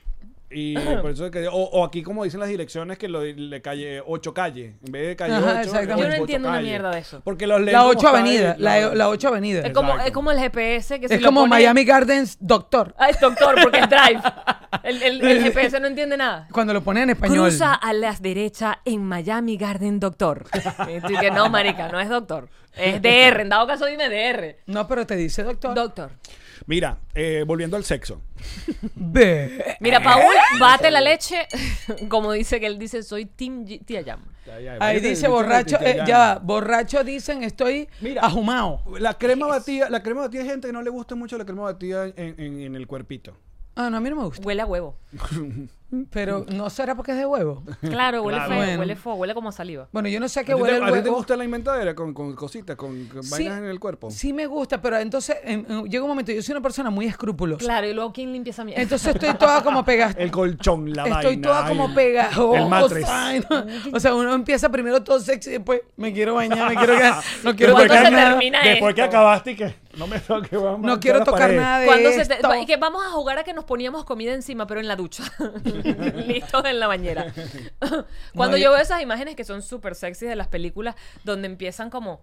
Speaker 6: Y por eso que, o, o aquí como dicen las direcciones que lo, le calle 8 calle, en vez de calle
Speaker 4: Ajá,
Speaker 6: 8.
Speaker 4: exactamente. Yo no
Speaker 3: entiendo una mierda de eso.
Speaker 6: Porque los leen
Speaker 4: la
Speaker 6: como
Speaker 4: 8
Speaker 6: calle,
Speaker 4: avenida. La, la 8 avenida.
Speaker 3: es, como,
Speaker 6: Exacto.
Speaker 3: es como el GPS que se
Speaker 4: Es como
Speaker 3: pone...
Speaker 4: Miami Gardens Doctor.
Speaker 3: Ah, es doctor, porque es drive. El, el- el GPS no entiende nada.
Speaker 4: Cuando lo ponen en español.
Speaker 3: Cruza a la derecha en Miami Garden Doctor. Y tú que no, marica, no es doctor. Es DR. En dado caso, dime DR.
Speaker 4: No, pero te dice doctor.
Speaker 3: Doctor.
Speaker 6: Mira, eh, volviendo al sexo.
Speaker 4: Ve.
Speaker 3: Mira, Paul, bate la leche. Como dice que él dice, soy Team G- Tía Yam.
Speaker 4: Ahí dice borracho,
Speaker 6: este,
Speaker 4: eh, ya va, borracho dicen estoy
Speaker 6: Mira.
Speaker 4: ajumado.
Speaker 6: La crema batida, la crema batida hay gente que no le gusta mucho la crema batida en, en- en el cuerpito.
Speaker 4: Ah, no, a mí no me gusta.
Speaker 3: Huele a huevo.
Speaker 4: Pero no será porque es de huevo.
Speaker 3: Claro, huele
Speaker 6: Claro.
Speaker 3: feo,
Speaker 4: Mm. Bueno.
Speaker 3: huele feo, huele como saliva.
Speaker 4: Bueno, yo no sé a qué
Speaker 6: ¿A ti te-
Speaker 4: huele el
Speaker 6: ¿A ti te
Speaker 4: huevo.
Speaker 6: gusta la inventadera con, con cositas, con, con
Speaker 4: Sí.
Speaker 6: vainas en el cuerpo?
Speaker 4: Sí me gusta, pero entonces en- en- llega un momento, yo soy una persona muy escrupulosa.
Speaker 3: Claro, y luego, ¿quién limpia esa mierda?
Speaker 4: Entonces estoy toda como pegajosa.
Speaker 6: El colchón, la vaina.
Speaker 4: Estoy toda
Speaker 6: ay,
Speaker 4: como pegajosa.
Speaker 6: El matres.
Speaker 4: ay, no. O sea, uno empieza primero todo sexy y después me quiero bañar, me quiero quedar- no quiero
Speaker 3: ¿Cuándo
Speaker 4: tocar
Speaker 3: se
Speaker 4: nada.
Speaker 3: termina
Speaker 6: Después que
Speaker 3: esto?
Speaker 6: acabaste y que no me toque, vamos a
Speaker 4: No quiero
Speaker 6: manchar la
Speaker 4: tocar
Speaker 6: pared.
Speaker 4: nada de
Speaker 3: Cuando se te-
Speaker 4: esto.
Speaker 3: y que vamos a jugar a que nos poníamos comida encima, pero en la ducha. Listos en la bañera. Cuando
Speaker 4: No,
Speaker 3: yo
Speaker 4: yo-
Speaker 3: veo esas imágenes que son súper sexy de las películas, donde empiezan como.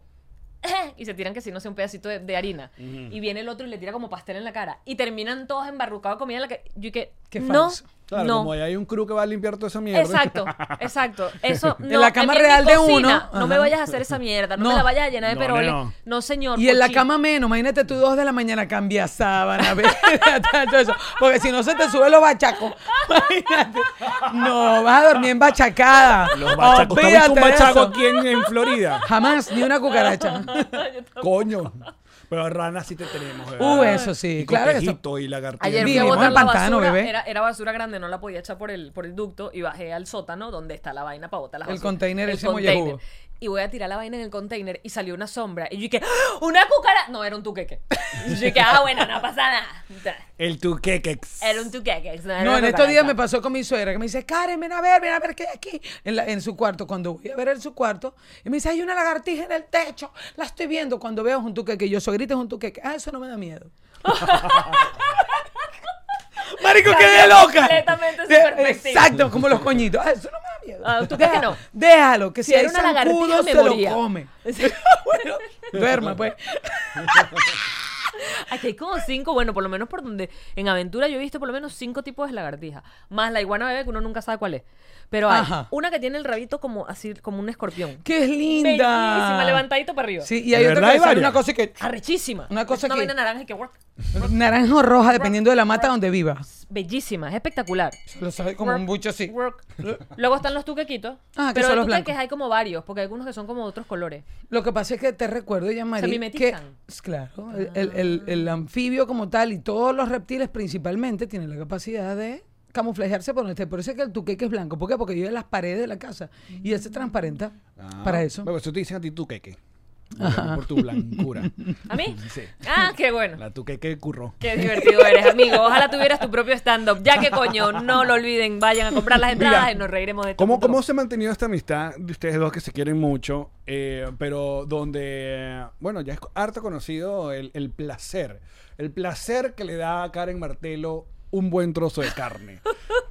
Speaker 3: Y se tiran que si no sé, un pedacito de, de harina. Y viene el otro y le tira como pastel en la cara. Y terminan todos embarrucados de comida en la que. Yo que.
Speaker 4: Qué
Speaker 3: no.
Speaker 4: falso.
Speaker 6: Claro,
Speaker 3: no.
Speaker 6: como ahí hay un crew que va a limpiar toda esa mierda.
Speaker 3: Exacto, exacto. Eso no.
Speaker 4: En la cama
Speaker 3: mi
Speaker 4: real de uno,
Speaker 3: cocina, No me
Speaker 4: ajá.
Speaker 3: vayas a hacer esa mierda. No, me
Speaker 4: No.
Speaker 3: la vayas a llenar de
Speaker 6: No,
Speaker 3: peroles.
Speaker 6: no.
Speaker 3: No, señor.
Speaker 4: Y en la
Speaker 3: cochino.
Speaker 4: cama menos, imagínate tú dos de la mañana cambia sábana, ve, todo eso, porque si no se te suben los bachacos. Imagínate. No, vas a dormir en bachacada.
Speaker 6: Los bachacos. ¿Tú has visto
Speaker 4: Olvídate
Speaker 6: un
Speaker 4: de
Speaker 6: bachaco
Speaker 4: eso.
Speaker 6: aquí en, en Florida?
Speaker 4: Jamás ni una cucaracha.
Speaker 6: Coño. Pero ranas sí te tenemos. ¿verdad?
Speaker 4: Uh, eso sí,
Speaker 6: Y
Speaker 4: claro, eso-
Speaker 6: conejito y lagartija.
Speaker 3: Ayer fui
Speaker 4: Dime,
Speaker 3: a
Speaker 4: vamos
Speaker 3: botar
Speaker 4: al
Speaker 3: la
Speaker 4: pantano,
Speaker 3: basura,
Speaker 4: bebé.
Speaker 3: Era, era basura grande, no la podía echar por el, por el ducto y bajé al sótano donde está la vaina para botar las
Speaker 4: El
Speaker 3: basuras.
Speaker 4: container ese mollejudo.
Speaker 3: Y voy a tirar la vaina en el container y salió una sombra. Y yo dije, ¡Ah! ¡una cucara! No, era un tuqueque. Y yo dije, ah, bueno, no pasa nada.
Speaker 6: El tuquequex.
Speaker 3: Era un tuqueque. No, era
Speaker 4: No,
Speaker 3: una
Speaker 4: en estos días
Speaker 3: cucaracha.
Speaker 4: me pasó con mi suegra que me dice, Karen, ven a ver, ven a ver qué hay aquí. En, la- en su cuarto, cuando voy a ver en su cuarto, y me dice, hay una lagartija en el techo, la estoy viendo. Cuando veo junto que yo soy grita junto que ah, eso no me da miedo. Marico,
Speaker 3: Cambió
Speaker 4: quedé loca.
Speaker 3: completamente su
Speaker 4: De-
Speaker 3: perspectiva.
Speaker 4: Exacto, como los coñitos. Ah, eso no me da miedo.
Speaker 3: Ah, ¿tú crees que
Speaker 4: Deja-
Speaker 3: no?
Speaker 4: Déjalo, que si,
Speaker 3: Si
Speaker 4: hay
Speaker 3: era una lagartija
Speaker 4: zancudo
Speaker 3: me
Speaker 4: se lo
Speaker 3: moría.
Speaker 4: come. Bueno, duerma, pues.
Speaker 3: Aquí hay como cinco, bueno, por lo menos por donde en aventura yo he visto por lo menos cinco tipos de lagartijas. Más la iguana bebé que uno nunca sabe cuál es. Pero hay
Speaker 4: Ajá.
Speaker 3: una que tiene el rabito como así, como un escorpión.
Speaker 4: Qué linda.
Speaker 3: Bellísima, levantadito para arriba.
Speaker 4: Sí, y hay
Speaker 6: ¿De
Speaker 4: otra
Speaker 6: verdad
Speaker 4: que
Speaker 6: hay
Speaker 4: sale
Speaker 6: varias?
Speaker 4: una cosa y que
Speaker 3: Arrechísima.
Speaker 4: Una cosa
Speaker 3: es una
Speaker 4: que-
Speaker 3: vaina naranja que work.
Speaker 4: naranja o roja, dependiendo de la mata donde viva.
Speaker 3: Bellísima, es espectacular.
Speaker 4: Lo sabe como
Speaker 3: Work,
Speaker 4: un bucho así.
Speaker 3: work. Luego están los tuquequitos.
Speaker 4: Ah, que
Speaker 3: pero de
Speaker 4: son los
Speaker 3: tuqueques
Speaker 4: blancos.
Speaker 3: hay como varios, porque hay algunos que son como de otros colores.
Speaker 4: Lo que pasa es que te recuerdo, ya María, que
Speaker 3: mimetizan.
Speaker 4: claro, el, el- el- el anfibio como tal y todos los reptiles principalmente tienen la capacidad de camuflajearse por donde esté. Por eso es que el tuqueque es blanco. ¿Por qué?
Speaker 6: Ah.
Speaker 4: Porque vive en las paredes de la casa y él se transparenta para eso.
Speaker 6: pues, Bueno, eso te dicen a ti tuqueque. Obviamente Por tu blancura.
Speaker 3: ¿A mí?
Speaker 6: Sí.
Speaker 3: Ah, qué bueno.
Speaker 6: La tu que, que curró.
Speaker 3: Qué divertido eres, amigo. Ojalá tuvieras tu propio stand-up. Ya que coño, no lo olviden. Vayan a comprar las entradas
Speaker 6: Mira,
Speaker 3: y nos reiremos de esto.
Speaker 6: ¿Cómo, ¿Cómo se ha mantenido esta amistad de ustedes dos que se quieren mucho, eh, pero donde, bueno, ya es co- harto conocido el, el placer, el placer que le da a Karen Martelo un buen trozo de carne?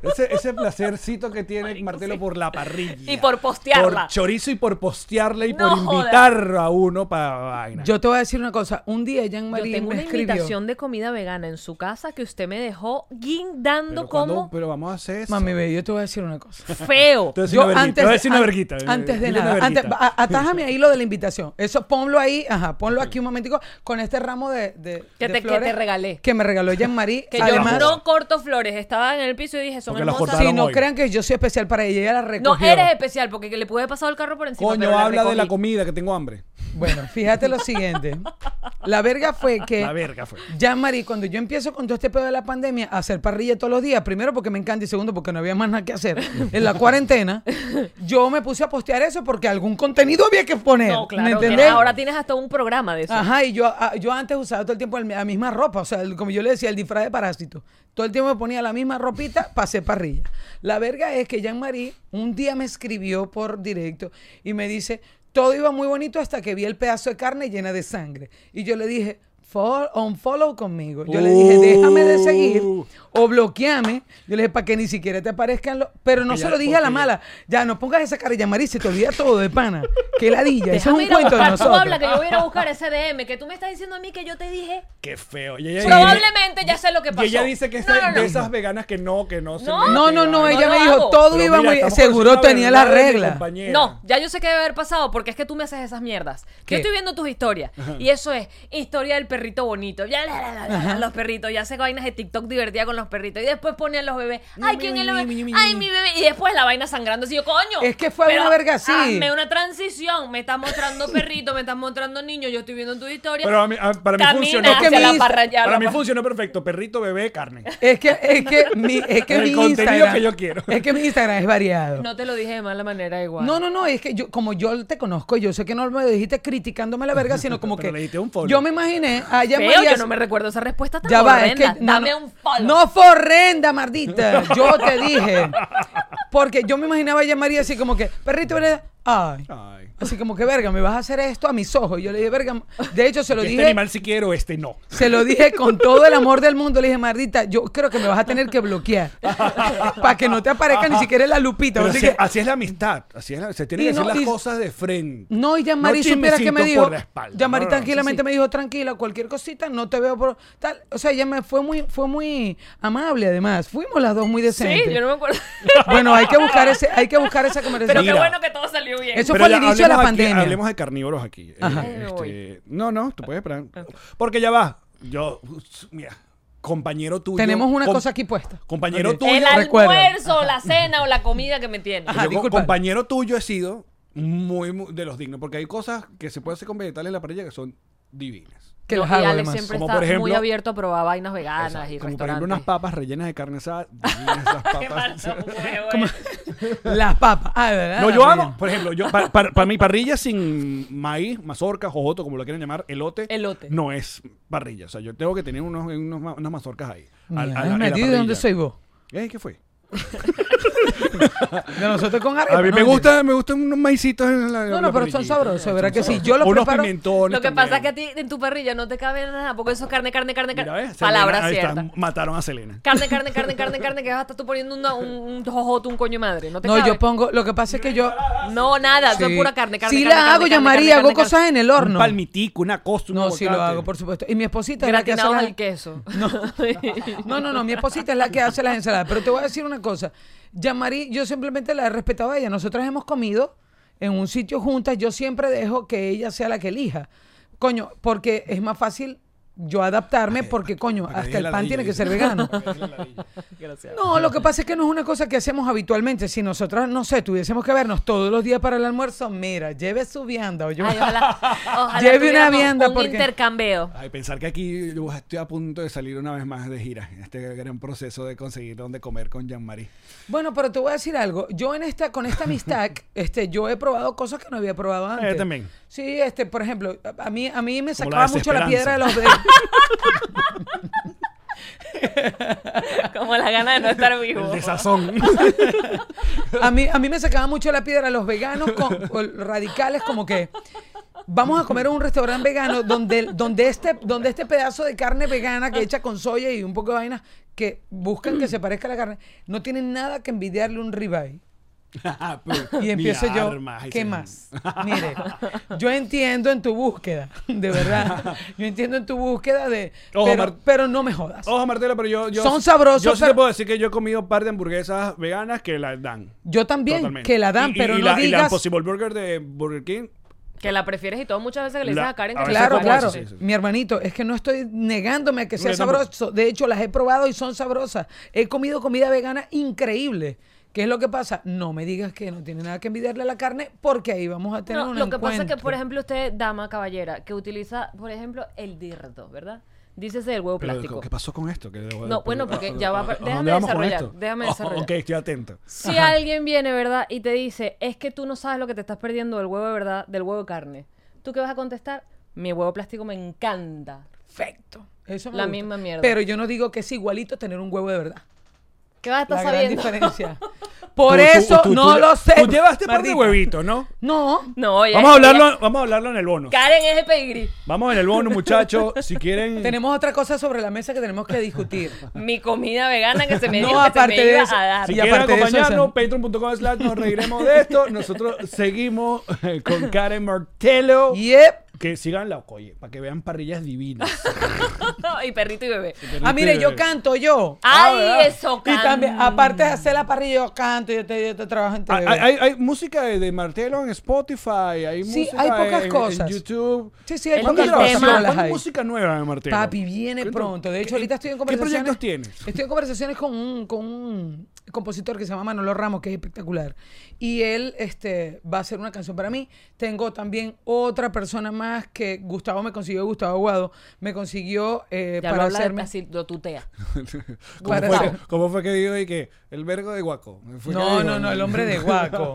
Speaker 6: Ese, ese placercito que tiene Martelo por la parrilla.
Speaker 3: Y por postearla.
Speaker 6: Por chorizo y por postearla y
Speaker 3: No
Speaker 6: por
Speaker 3: jodas.
Speaker 6: invitar a uno para vaina.
Speaker 4: Yo te voy a decir una cosa. Un día Jean
Speaker 3: Yo
Speaker 4: Marie
Speaker 3: tengo
Speaker 4: me
Speaker 3: una
Speaker 4: escribió.
Speaker 3: invitación de comida vegana en su casa que usted me dejó guindando
Speaker 6: pero,
Speaker 3: como
Speaker 6: cuando- pues, pero vamos a hacer eso.
Speaker 4: Mami, ve, yo te voy a decir una cosa.
Speaker 3: feo.
Speaker 6: Te voy a decir una verguita, te voy a decir una
Speaker 4: an-
Speaker 6: verguita.
Speaker 4: antes de
Speaker 6: Dile una
Speaker 4: nada, antes,
Speaker 6: verguita.
Speaker 4: a- atájame ahí lo de la invitación. Eso ponlo ahí, ajá, ponlo aquí un momentico con este ramo de, de-
Speaker 3: Que
Speaker 4: de
Speaker 3: te- que
Speaker 4: flores
Speaker 3: te regalé.
Speaker 4: Que me regaló Jean-Marie.
Speaker 3: Que
Speaker 4: Además,
Speaker 3: yo no corto flores. Estaba en el piso y dije, son
Speaker 6: Porque las
Speaker 3: hermosas.
Speaker 6: cortaron.
Speaker 4: si no
Speaker 6: hoy.
Speaker 4: crean que yo soy especial para ella, ella la
Speaker 3: No,
Speaker 4: recogió.
Speaker 3: eres especial porque que le pude haber pasado el carro por encima.
Speaker 6: Coño,
Speaker 3: pero la
Speaker 6: habla de la
Speaker 3: recogí.
Speaker 6: comida, que tengo hambre.
Speaker 4: Bueno, fíjate lo siguiente. La verga fue que...
Speaker 6: La verga fue.
Speaker 4: Ya, Mari, cuando yo empiezo con todo este pedo de la pandemia a hacer parrilla todos los días, primero porque me encanta y segundo porque no había más nada que hacer en la cuarentena, yo me puse a postear eso porque algún contenido había que poner.
Speaker 3: No, claro.
Speaker 4: ¿Me
Speaker 3: que
Speaker 4: entendés?
Speaker 3: ahora tienes hasta un programa de eso.
Speaker 6: Ah,
Speaker 4: Ajá, y yo, a- yo antes usaba todo el tiempo el- la misma ropa, o sea, el- como yo le decía, el disfraz de parásito. Todo el tiempo me ponía la misma ropita para hacer parrilla. La verga es que Jean-Marie un día me escribió por directo y me dice, todo iba muy bonito hasta que vi el pedazo de carne llena de sangre. Y yo le dije, "Fo- unfollow conmigo. Yo le dije, déjame de seguir
Speaker 6: Uh.
Speaker 4: o bloqueame. Yo le dije, para que ni siquiera te aparezcan los... Pero no
Speaker 6: Porque
Speaker 4: se
Speaker 6: ya-
Speaker 4: lo dije a la
Speaker 6: porque-
Speaker 4: mala. Ya, no pongas esa cara, Jean-Marie, se te olvida todo de pana. Qué ladilla, eso es un
Speaker 3: ir a
Speaker 4: cuento de
Speaker 3: buscar. Tú
Speaker 4: nosotros.
Speaker 3: habla que yo voy a ir a buscar ese DM que tú me estás diciendo a mí que yo te dije.
Speaker 6: Qué feo. Y ella-
Speaker 3: Probablemente ya sé lo que pasó.
Speaker 6: Y ella dice que es
Speaker 3: No, no, no.
Speaker 6: de esas veganas que no, que no. se
Speaker 3: No.
Speaker 6: meten
Speaker 4: No, no, no,
Speaker 6: vegana.
Speaker 4: ella
Speaker 3: No
Speaker 4: me
Speaker 3: lo
Speaker 4: dijo,
Speaker 3: hago.
Speaker 4: todo
Speaker 6: Pero
Speaker 4: iba
Speaker 6: mira,
Speaker 4: muy
Speaker 6: estamos
Speaker 4: seguro
Speaker 6: conociendo
Speaker 4: tenía la
Speaker 6: verdad de mi
Speaker 4: regla.
Speaker 6: compañera.
Speaker 3: No, ya yo sé que debe haber pasado porque es que tú me haces esas mierdas. Yo
Speaker 4: ¿Qué?
Speaker 3: estoy viendo tus historias y eso es historia del perrito bonito. Ya, la, la, la, la, los perritos, ya hace vainas de TikTok divertida con los perritos y después pone a los bebés. Ay, ¿quién es el bebé? Ay, mi bebé. Y después la vaina sangrando. Así yo, coño.
Speaker 4: Es que fue
Speaker 3: pero
Speaker 4: una verga así.
Speaker 3: Hazme una transición. Me estás mostrando perrito, me estás mostrando niño. Yo estoy viendo tu historia.
Speaker 6: Pero a mí- a- para mí
Speaker 3: Camina
Speaker 6: funcionó.
Speaker 3: hacia
Speaker 4: Es que
Speaker 3: la
Speaker 4: mi-
Speaker 3: parra- ya
Speaker 6: Para
Speaker 3: la
Speaker 6: mí
Speaker 3: par-
Speaker 6: funcionó perfecto. Perrito, bebé, carne.
Speaker 4: Es que, es que mi, es que
Speaker 6: El
Speaker 4: mi
Speaker 6: contenido
Speaker 4: Instagram,
Speaker 6: que yo quiero.
Speaker 4: Es que mi Instagram es variado.
Speaker 3: No te lo dije de mala manera igual.
Speaker 4: No, no, no, es que yo, como yo te conozco, yo sé que no me lo dijiste criticándome la verga, sino como
Speaker 6: Pero
Speaker 4: que.
Speaker 6: le diste un follow.
Speaker 4: Yo me imaginé a Jean
Speaker 3: Feo,
Speaker 4: María-
Speaker 3: yo no me recuerdo esa respuesta tan
Speaker 4: Ya va, es que.
Speaker 3: horrenda.
Speaker 4: no,
Speaker 3: Dame
Speaker 4: no.
Speaker 3: un follow.
Speaker 4: No, forrenda, mardita. Yo te dije. Porque yo me imaginaba a Jean María así como que, perrito, ¿verdad? Ay.
Speaker 6: Ay.
Speaker 4: Así como que, verga, me vas a hacer esto a mis ojos. Y yo le dije, verga. De hecho, se lo
Speaker 6: este
Speaker 4: dije.
Speaker 6: animal si quiero, este no.
Speaker 4: Se lo dije con todo el amor del mundo. Le dije, Mardita, yo creo que me vas a tener que bloquear. para que no te aparezca ni siquiera la lupita.
Speaker 6: Pero
Speaker 4: Así
Speaker 6: así,
Speaker 4: que,
Speaker 6: así es la amistad. Así es la- se tienen
Speaker 4: Y
Speaker 6: que
Speaker 4: no-
Speaker 6: hacer las
Speaker 4: y-
Speaker 6: cosas de frente.
Speaker 4: no, y Yamari
Speaker 6: No
Speaker 4: supiera que me
Speaker 6: chismecitos
Speaker 4: dijo.
Speaker 6: por la espalda.
Speaker 4: Yamari
Speaker 6: No, no, no,
Speaker 4: tranquilamente me dijo, tranquila, cualquier cosita, no te veo por. Tal. O sea, ella me fue muy, fue muy amable, además. Fuimos las dos muy decentes.
Speaker 3: Sí, yo no me acuerdo.
Speaker 4: Bueno, hay que buscar ese, hay que buscar esa conversación.
Speaker 3: Pero
Speaker 6: Mira.
Speaker 3: qué bueno que todo salió bien.
Speaker 4: Eso fue
Speaker 6: ya
Speaker 4: al inicio de la
Speaker 6: hablemos aquí-
Speaker 4: pandemia.
Speaker 6: hablemos de carnívoros aquí. Eh,
Speaker 4: Ajá.
Speaker 3: Ay, me
Speaker 6: este, no, no, tú puedes esperar. Porque ya va. Yo, mira, compañero tuyo.
Speaker 4: Tenemos una
Speaker 6: com-
Speaker 4: cosa aquí puesta.
Speaker 6: Compañero
Speaker 4: Ok.
Speaker 6: tuyo.
Speaker 3: el
Speaker 4: recuerda. Ah,
Speaker 3: almuerzo, la cena o la comida que me tiene.
Speaker 4: Ajá,
Speaker 6: yo co-
Speaker 4: disculpa.
Speaker 6: compañero tuyo he sido muy, muy de los dignos, porque hay cosas que se pueden hacer con vegetales en la parrilla que son divinas.
Speaker 4: Que
Speaker 3: No,
Speaker 4: las
Speaker 3: y
Speaker 4: hago,
Speaker 3: Alex
Speaker 4: además.
Speaker 3: siempre
Speaker 6: Como
Speaker 3: está
Speaker 6: por ejemplo-
Speaker 3: muy abierto a probar vainas veganas
Speaker 6: O sea,
Speaker 3: y
Speaker 6: como
Speaker 3: restaurantes.
Speaker 6: por ejemplo unas papas rellenas de carne asada. divinas esas
Speaker 3: Qué
Speaker 6: papas.
Speaker 3: mal, no, huevo, eh.
Speaker 4: Las papas. Ah, ¿verdad?
Speaker 6: No, yo
Speaker 4: Las
Speaker 6: amo, por ejemplo, yo para, para- para mí parrilla sin maíz, mazorca, jojoto, como lo quieran llamar, elote,
Speaker 3: Elote.
Speaker 6: no es parrilla. O sea, yo tengo que tener unos, unos ma- unas mazorcas ahí.
Speaker 4: Me
Speaker 6: al- al-
Speaker 4: has
Speaker 6: en la
Speaker 4: metido de dónde
Speaker 6: parrilla.
Speaker 4: soy vos.
Speaker 6: Eh, ¿Qué fue?
Speaker 4: De nosotros con arepa.
Speaker 6: A mí
Speaker 4: ¿no?
Speaker 6: me, gusta, me gustan unos maicitos en la en
Speaker 4: No,
Speaker 6: la
Speaker 4: no, pero son
Speaker 6: parrillita.
Speaker 4: sabrosos, ¿verdad
Speaker 6: Son
Speaker 4: que sí?
Speaker 6: sabrosos.
Speaker 4: Yo los
Speaker 6: Unos
Speaker 4: preparo-
Speaker 6: pimentones
Speaker 3: Lo que pasa es que
Speaker 6: también.
Speaker 3: a ti en tu parrilla no te cabe nada, porque eso es carne, carne, carne,
Speaker 6: Mira,
Speaker 3: carne.
Speaker 6: ¿ves?
Speaker 3: Palabra
Speaker 6: Selena, ahí está,
Speaker 3: cierta.
Speaker 6: mataron a Selena.
Speaker 3: Carne, carne, carne, carne, carne, que vas a estar tú poniendo una- un, un jojoto, un coño de madre. No te
Speaker 4: No,
Speaker 3: cabe.
Speaker 4: yo pongo, lo que pasa es que yo...
Speaker 3: No, nada, eso
Speaker 4: Sí.
Speaker 3: es pura carne, carne.
Speaker 4: Sí
Speaker 3: carne,
Speaker 4: la
Speaker 3: carne,
Speaker 4: hago,
Speaker 3: carne,
Speaker 4: María,
Speaker 3: carne,
Speaker 4: hago
Speaker 3: carne, carne.
Speaker 4: cosas en el horno.
Speaker 6: Un palmitico, una cosa, un
Speaker 4: No, sí lo
Speaker 6: aguacate.
Speaker 4: hago, por supuesto. Y mi esposita es la que hace
Speaker 3: Gratinados
Speaker 4: las...
Speaker 3: al queso.
Speaker 4: No, no, no, mi esposita es la que hace las ensaladas. Pero te voy a decir una cosa. Yamari, yo simplemente la he respetado a ella. Nosotras hemos comido en un sitio juntas. Yo siempre dejo que ella sea la que elija. Coño, porque es más fácil yo adaptarme porque, coño,
Speaker 6: porque dije
Speaker 4: hasta el pan
Speaker 6: ladrillo,
Speaker 4: tiene que
Speaker 6: dije.
Speaker 4: ser vegano.
Speaker 3: Gracias.
Speaker 4: No, lo que pasa es que no es una cosa que hacemos habitualmente. Si nosotros, no sé, tuviésemos que vernos todos los días para el almuerzo, mira, lleve su vianda. O yo,
Speaker 3: Ay, ojalá, ojalá
Speaker 4: Lleve una
Speaker 3: tuviéramos
Speaker 4: vianda,
Speaker 3: un
Speaker 4: porque-
Speaker 3: intercambio.
Speaker 6: Ay, pensar que aquí yo estoy a punto de salir una vez más de gira. en Este gran proceso de conseguir dónde comer con Jean-Marie.
Speaker 4: Bueno, pero te voy a decir algo. Yo en esta, con esta amistad, este, yo he probado cosas que no había probado antes.
Speaker 6: Yo Eh, también.
Speaker 4: Sí, este, por ejemplo, a a mí, a mí me
Speaker 6: Como
Speaker 4: sacaba
Speaker 6: la
Speaker 4: mucho la piedra de los dedos.
Speaker 6: desesperanza.
Speaker 3: Como la gana de no estar
Speaker 6: El
Speaker 3: vivo.
Speaker 6: desazón.
Speaker 4: A mí, a mí me sacaba mucho la piedra los veganos con, o radicales como que vamos a comer en un restaurante vegano donde, donde, este, donde este pedazo de carne vegana que hecha con soya y un poco de vaina que buscan que se parezca a la carne, no tienen nada que envidiarle un ribeye.
Speaker 6: Pues,
Speaker 4: Y empiezo yo, ¿qué más? Mire, yo entiendo en tu búsqueda, de verdad. Yo entiendo en tu búsqueda de...
Speaker 6: Ojo, Mar-
Speaker 4: pero, pero no me jodas.
Speaker 6: Ojo, Martela, pero yo, yo-
Speaker 4: Son sabrosos,
Speaker 6: Yo sí te
Speaker 4: pero-
Speaker 6: puedo decir que yo he comido un par de hamburguesas veganas que la dan.
Speaker 4: Yo también,
Speaker 6: Totalmente.
Speaker 4: que la dan,
Speaker 6: Y- y-
Speaker 4: pero
Speaker 6: y
Speaker 4: no
Speaker 6: la, y la
Speaker 4: digas...
Speaker 6: Impossible Burger de Burger King.
Speaker 3: Que la prefieres y todo muchas veces que le
Speaker 6: La-
Speaker 3: dices a Karen
Speaker 6: a
Speaker 3: que
Speaker 6: veces
Speaker 4: Claro,
Speaker 6: como
Speaker 4: claro.
Speaker 6: eso, sí, sí.
Speaker 4: Mi hermanito, es que no estoy negándome a que sea
Speaker 6: Yo tampoco.
Speaker 4: sabroso. De hecho, las he probado y son sabrosas. He comido comida vegana increíble. ¿Qué es lo que pasa? No me digas que no tiene nada que envidiarle a la carne porque ahí vamos a tener
Speaker 3: No,
Speaker 4: un
Speaker 3: lo que pasa es que,
Speaker 4: encuentro.
Speaker 3: por ejemplo, usted, dama caballera, que utiliza, por ejemplo, el dirdo, ¿verdad? Dícese el huevo
Speaker 6: Pero,
Speaker 3: plástico.
Speaker 6: ¿Qué pasó con esto? ¿Qué debo-
Speaker 3: No, bueno, porque ya va
Speaker 6: ¿a-
Speaker 3: pa-
Speaker 6: a dónde
Speaker 3: déjame
Speaker 6: vamos con
Speaker 3: desarrollar,
Speaker 6: esto?
Speaker 3: déjame
Speaker 6: Oh,
Speaker 3: desarrollar.
Speaker 6: ok, estoy atento.
Speaker 3: Si alguien viene, ¿verdad? Y te dice, es que tú no sabes lo que te estás perdiendo del huevo de verdad, del huevo de carne. ¿Tú qué vas a contestar? Mi huevo plástico me encanta.
Speaker 4: Perfecto. Eso me
Speaker 3: La
Speaker 4: gusta.
Speaker 3: misma mierda.
Speaker 4: Pero yo no digo que es igualito tener un huevo de verdad.
Speaker 3: ¿Qué vas a estar
Speaker 4: La gran
Speaker 3: sabiendo?
Speaker 4: diferencia. Por
Speaker 6: Tú- tú-
Speaker 4: eso
Speaker 6: tú-
Speaker 4: no
Speaker 6: tú-
Speaker 4: lo sé.
Speaker 6: Tú llevaste par de
Speaker 4: Mardita.
Speaker 6: huevitos, ¿no?
Speaker 4: No.
Speaker 3: No, oye. eh,
Speaker 6: Vamos a
Speaker 3: oye,
Speaker 6: hablarlo, vamos a hablarlo en el bono.
Speaker 3: Karen es el pedigrí.
Speaker 6: Vamos en el bono, muchachos. Si quieren.
Speaker 4: Tenemos otra cosa sobre la mesa que tenemos que discutir.
Speaker 3: Mi comida vegana que se me
Speaker 4: No,
Speaker 3: dijo que se
Speaker 4: aparte
Speaker 3: me
Speaker 4: de
Speaker 3: iba
Speaker 4: eso,
Speaker 3: a dar.
Speaker 6: Si
Speaker 4: Y
Speaker 6: quieren
Speaker 4: aparte de eso,
Speaker 6: acompañarnos,
Speaker 4: Sam.
Speaker 6: patreon.com slash nos reiremos de esto. Nosotros seguimos eh, con Karen Martelo.
Speaker 4: Yep.
Speaker 6: Que sigan la oye, para que vean parrillas divinas.
Speaker 3: y perrito y bebé.
Speaker 4: Ah, mire, yo canto yo. Ah,
Speaker 3: Ay,
Speaker 6: ¿verdad?
Speaker 3: eso,
Speaker 4: Y
Speaker 3: Karen.
Speaker 4: también, aparte de hacer la parrilla, yo canto, yo te, yo te trabajo en
Speaker 6: Hay,
Speaker 4: TV.
Speaker 6: hay- hay música de, de Martelo en Spotify, hay
Speaker 4: Sí,
Speaker 6: música
Speaker 4: hay pocas
Speaker 6: en, en
Speaker 4: cosas.
Speaker 6: YouTube.
Speaker 4: sí, sí, hay
Speaker 3: El
Speaker 4: pocas
Speaker 6: ¿Cuándo
Speaker 3: tema-
Speaker 4: cosas
Speaker 6: grabación?
Speaker 4: las
Speaker 6: ¿Cuándo
Speaker 4: hay.
Speaker 6: música nueva de Martelo?
Speaker 4: Papi, viene
Speaker 6: Cuéntame,
Speaker 4: pronto. De hecho,
Speaker 6: ¿qué-
Speaker 4: ahorita estoy en
Speaker 6: qué
Speaker 4: conversaciones.
Speaker 6: proyectos tienes?
Speaker 4: Estoy en conversaciones con un, con un compositor que se llama Manolo Ramos, que es espectacular. Y él este, va a hacer una canción para mí. Tengo también otra persona más que Gustavo me consiguió, Gustavo Aguado, me consiguió eh,
Speaker 3: Ya
Speaker 4: para
Speaker 3: lo habla de-
Speaker 4: hacerme.
Speaker 3: así, lo tutea.
Speaker 6: ¿Cómo
Speaker 4: para
Speaker 6: fue,
Speaker 4: hacer-
Speaker 6: que, cómo fue que dijo y que el vergo de Guaco? Fue que
Speaker 4: No,
Speaker 6: dijo,
Speaker 4: no, no, el hombre de Guaco.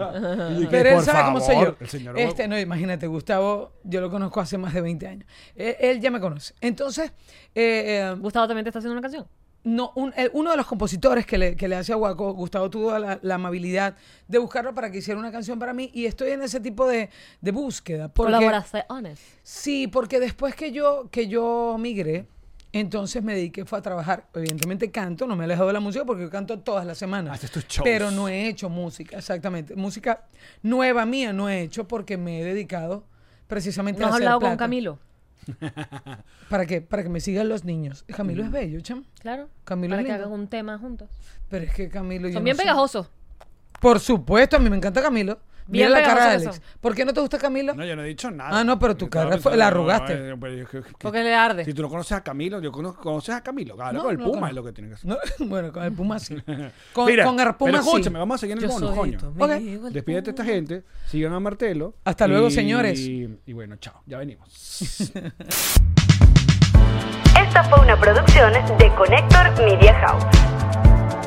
Speaker 6: Y que,
Speaker 4: Pero él
Speaker 6: por
Speaker 4: sabe cómo soy yo.
Speaker 6: favor, el señor Guaco.
Speaker 4: Este, no, imagínate, Gustavo, yo lo conozco hace más de 20 años. Eh, Él, ya me conoce. Entonces, eh, eh,
Speaker 3: Gustavo también te está haciendo una canción.
Speaker 4: no, un- eh, uno de los compositores que le, que le hace a Guaco, Gustavo tuvo la, la amabilidad de buscarlo para que hiciera una canción para mí y estoy en ese tipo de, de búsqueda. porque-
Speaker 3: Colaboraciones.
Speaker 4: Sí, porque después que yo, que yo migré, entonces me dediqué fue a trabajar. Evidentemente canto, no me he alejado de la música porque yo canto todas las semanas.
Speaker 6: Haces tus shows.
Speaker 4: Pero no he hecho música, exactamente. Música nueva mía no he hecho porque me he dedicado precisamente
Speaker 3: ¿No
Speaker 4: a
Speaker 3: has
Speaker 4: hacer
Speaker 3: hablado con
Speaker 4: plata.
Speaker 3: Camilo?
Speaker 4: ¿Para qué? Para que me sigan los niños. Camilo es bello, cham.
Speaker 3: Claro. Mm.
Speaker 4: Camilo
Speaker 3: para
Speaker 4: es
Speaker 3: que
Speaker 4: lindo.
Speaker 3: hagan un tema juntos.
Speaker 4: Pero es que Camilo... yo
Speaker 3: Son
Speaker 4: no
Speaker 3: bien
Speaker 4: sé.
Speaker 3: pegajosos.
Speaker 4: Por supuesto, a mí me encanta Camilo.
Speaker 3: Bien
Speaker 4: Mira la cara de
Speaker 3: pegajosos
Speaker 4: Alex.
Speaker 3: que
Speaker 4: ¿Por qué no te gusta Camilo?
Speaker 6: No, yo no he dicho nada.
Speaker 4: Ah, no, pero tu
Speaker 6: Estaba
Speaker 4: cara fue-
Speaker 6: pensando,
Speaker 4: la
Speaker 6: no, no,
Speaker 4: arrugaste.
Speaker 6: eh, pero yo- que- que-
Speaker 3: Porque le arde.
Speaker 6: Si tú no conoces a Camilo, yo conozco, conoces a Camilo. Claro,
Speaker 4: No,
Speaker 6: con el
Speaker 4: no lo conozco.
Speaker 6: Puma es lo que tiene que hacer.
Speaker 4: No, bueno, con el Puma sí. Con,
Speaker 6: Mira,
Speaker 4: con el Puma
Speaker 6: pero
Speaker 4: sí.
Speaker 6: escúchame, vamos a seguir en el bono, coño.
Speaker 4: Ok.
Speaker 6: Despídete a esta gente, sigan a Martelo.
Speaker 4: Hasta luego, señores.
Speaker 6: Y bueno, chao, ya venimos.
Speaker 7: Esta fue una producción de Connector Media House.